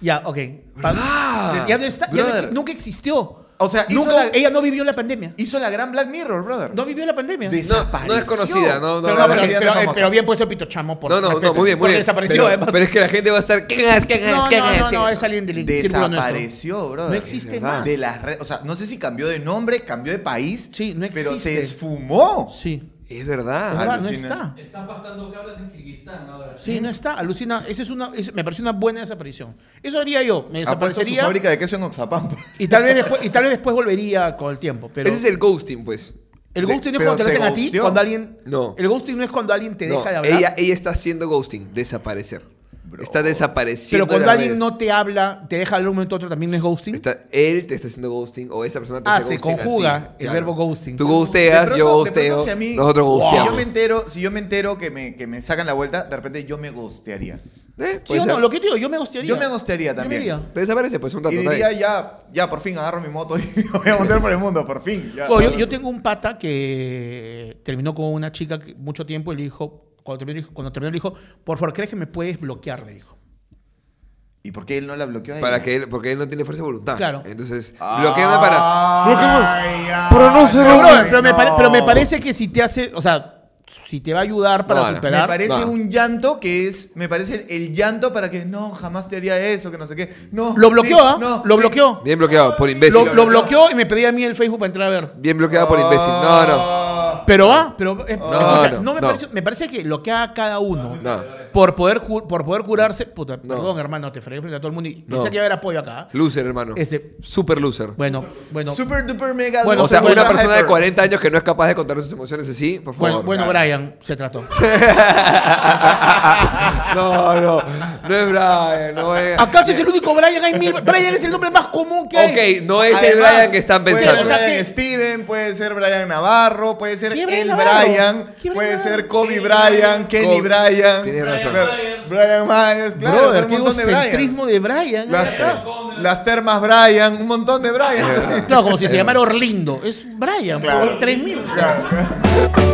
Speaker 2: ya, ok. Pa-
Speaker 1: Ah,
Speaker 2: ya no está, ya no
Speaker 3: brother.
Speaker 2: exi- nunca existió.
Speaker 3: O sea, hizo
Speaker 2: Nunca-
Speaker 3: la-
Speaker 2: ella no vivió la pandemia.
Speaker 3: Hizo la gran Black Mirror, brother.
Speaker 2: No vivió la pandemia.
Speaker 3: Desapareció.
Speaker 1: No, no es conocida, no, no,
Speaker 2: Pero,
Speaker 1: no,
Speaker 2: no, pero,
Speaker 1: no,
Speaker 2: pero-
Speaker 3: famosa.
Speaker 2: pero bien puesto el pito chamo por
Speaker 1: No, no, no,
Speaker 2: respeto.
Speaker 1: muy bien, muy
Speaker 2: Porque
Speaker 1: bien.
Speaker 2: Desapareció
Speaker 1: pero,
Speaker 2: además.
Speaker 1: pero es que la gente va a estar. ¿Qué hagas? ¿Qué hagas?
Speaker 2: no,
Speaker 1: ¿Qué
Speaker 2: no,
Speaker 1: hagas?
Speaker 2: no,
Speaker 1: ¿Qué
Speaker 2: no,
Speaker 1: hagas?
Speaker 2: es alguien del círculo nuestro.
Speaker 3: Desapareció, brother.
Speaker 2: No existe
Speaker 1: Es este? verdad.
Speaker 2: más.
Speaker 3: De las redes. O sea, no sé si cambió de nombre, cambió de país.
Speaker 2: Sí, no
Speaker 3: Pero se
Speaker 2: existe.
Speaker 3: esfumó.
Speaker 2: Sí.
Speaker 1: Es verdad.
Speaker 2: Es verdad, no
Speaker 3: alucina.
Speaker 2: está.
Speaker 5: Están pastando cabras en Kirguistán ahora.
Speaker 2: Sí, no está. Alucina. Esa es una, es- me parece una buena desaparición. Eso haría yo. Me
Speaker 3: Ha puesto su
Speaker 2: desaparecería.
Speaker 3: fábrica de queso en Oxapampa.
Speaker 2: Y tal, vez después, y tal vez después volvería con el tiempo. Pero
Speaker 1: Ese es el ghosting, pues.
Speaker 2: el ghosting no es
Speaker 3: pero
Speaker 2: cuando te lo
Speaker 3: se
Speaker 2: hacen a ti,
Speaker 3: ghosteó.
Speaker 2: cuando alguien.
Speaker 1: No.
Speaker 2: El ghosting no es cuando alguien te
Speaker 1: No,
Speaker 2: deja de hablar.
Speaker 1: ella, ella está haciendo ghosting, desaparecer. Está desapareciendo.
Speaker 2: pero cuando
Speaker 1: de
Speaker 2: alguien
Speaker 1: las redes.
Speaker 2: no te habla, te deja hablar un momento a otro, también no es ghosting.
Speaker 1: Está- él te está haciendo ghosting o esa persona te
Speaker 2: Ah,
Speaker 1: hace
Speaker 2: se
Speaker 1: ghosting. a ti.
Speaker 2: conjuga el verbo ghosting.
Speaker 1: Tú
Speaker 3: De
Speaker 1: ghosteas,
Speaker 3: pronto-
Speaker 1: yo
Speaker 3: de pronto
Speaker 1: ghosteo.
Speaker 3: si a mí-
Speaker 1: Nosotros
Speaker 3: Si yo
Speaker 1: ghosteamos.
Speaker 3: me entero, si yo me entero que me, que me sacan la vuelta, de repente yo me ghostearía.
Speaker 1: ¿Eh?
Speaker 2: Sí
Speaker 1: Puede
Speaker 2: o no,
Speaker 1: ser.
Speaker 2: lo que te digo, yo me gustaría.
Speaker 3: Yo me ghostearía
Speaker 2: Yo me
Speaker 3: también.
Speaker 2: iría.
Speaker 1: Te desaparece, pues un rato.
Speaker 3: y
Speaker 1: está
Speaker 3: diría,
Speaker 1: bien.
Speaker 3: ya, ya, por fin agarro mi moto y *laughs* me voy a montar por el mundo, por fin. ya.
Speaker 2: Bueno, yo, yo tengo un pata que terminó con una chica que mucho tiempo y le dijo, cuando terminó, le dijo- cuando terminó le dijo, por favor, ¿crees que me puedes bloquear? Le dijo.
Speaker 3: ¿Y por qué él no la bloqueó a
Speaker 1: Para
Speaker 3: ella?
Speaker 1: que él, porque él no tiene fuerza de voluntad.
Speaker 2: Claro.
Speaker 1: Entonces,
Speaker 3: Ay,
Speaker 1: bloqueame para.
Speaker 3: ay,
Speaker 1: Pero no se
Speaker 2: Pero,
Speaker 1: Pero,
Speaker 2: brother, pero, me
Speaker 3: Ah, no.
Speaker 2: pare- pero me parece que si te hace, o sea, si te va a ayudar para
Speaker 1: No, no.
Speaker 2: superar.
Speaker 3: Me parece
Speaker 1: No.
Speaker 3: un llanto que es. Me parece el llanto para que no, jamás te haría eso, que no sé qué. No.
Speaker 2: Lo
Speaker 3: sí,
Speaker 2: bloqueó, ¿ah?
Speaker 3: no,
Speaker 2: lo
Speaker 3: sí.
Speaker 2: bloqueó.
Speaker 1: Bien bloqueado, por
Speaker 2: Lo,
Speaker 1: imbécil.
Speaker 2: lo bloqueó y me pedía a mí el Facebook para entrar a ver.
Speaker 1: Bien bloqueado por imbécil. No, no.
Speaker 3: Ah,
Speaker 2: Pero va, pero eh,
Speaker 1: No,
Speaker 2: o sea, no,
Speaker 1: no,
Speaker 2: me,
Speaker 1: no.
Speaker 2: Parece, me parece que lo que haga cada uno
Speaker 1: No.
Speaker 2: por poder ju- por poder curarse, puta,
Speaker 1: No.
Speaker 2: perdón, hermano, te fregué frente a todo el mundo y
Speaker 1: No.
Speaker 2: pensé que iba a haber apoyo acá.
Speaker 1: Loser, hermano.
Speaker 2: Este-
Speaker 1: Super loser.
Speaker 2: Bueno, bueno.
Speaker 3: Super duper mega
Speaker 2: Bueno,
Speaker 1: o sea,
Speaker 2: super
Speaker 1: una
Speaker 3: ultra
Speaker 1: persona de
Speaker 3: hyper.
Speaker 1: 40 años que no es capaz de contar sus emociones así, por
Speaker 2: Bueno,
Speaker 1: favor. Ah,
Speaker 2: bueno,
Speaker 1: Ya.
Speaker 2: Brian, se trató.
Speaker 1: ah. No, no. No es Brian, no es.
Speaker 2: ¿Acaso es el único Brian? Hay mil. Brian es el nombre más común que hay.
Speaker 1: Ok, no es el
Speaker 3: Además,
Speaker 1: Brian que están
Speaker 3: Puede ser
Speaker 1: pensando.
Speaker 2: o sea,
Speaker 3: Brian
Speaker 2: que-
Speaker 3: Steven, puede ser Brian Navarro, puede ser
Speaker 2: ¿Quién
Speaker 3: el
Speaker 2: es Navarro?
Speaker 3: Brian,
Speaker 2: ¿Quién es
Speaker 3: puede
Speaker 2: Navarro?
Speaker 3: ser Kobe Bryan, Kenny
Speaker 1: Kobe.
Speaker 3: Bryan.
Speaker 1: Tienes razón.
Speaker 3: Brian- Brian Myers, claro,
Speaker 2: Brother,
Speaker 3: un
Speaker 2: qué
Speaker 3: montón de
Speaker 2: egocentrismo
Speaker 3: Bryans.
Speaker 2: de Brian.
Speaker 3: Las,
Speaker 2: ahí está.
Speaker 3: las termas Brian, un montón de Brian. *laughs*
Speaker 2: Claro, como si se llamara Orlindo. Es Brian,
Speaker 3: Claro.
Speaker 2: por 3000.
Speaker 3: Claro.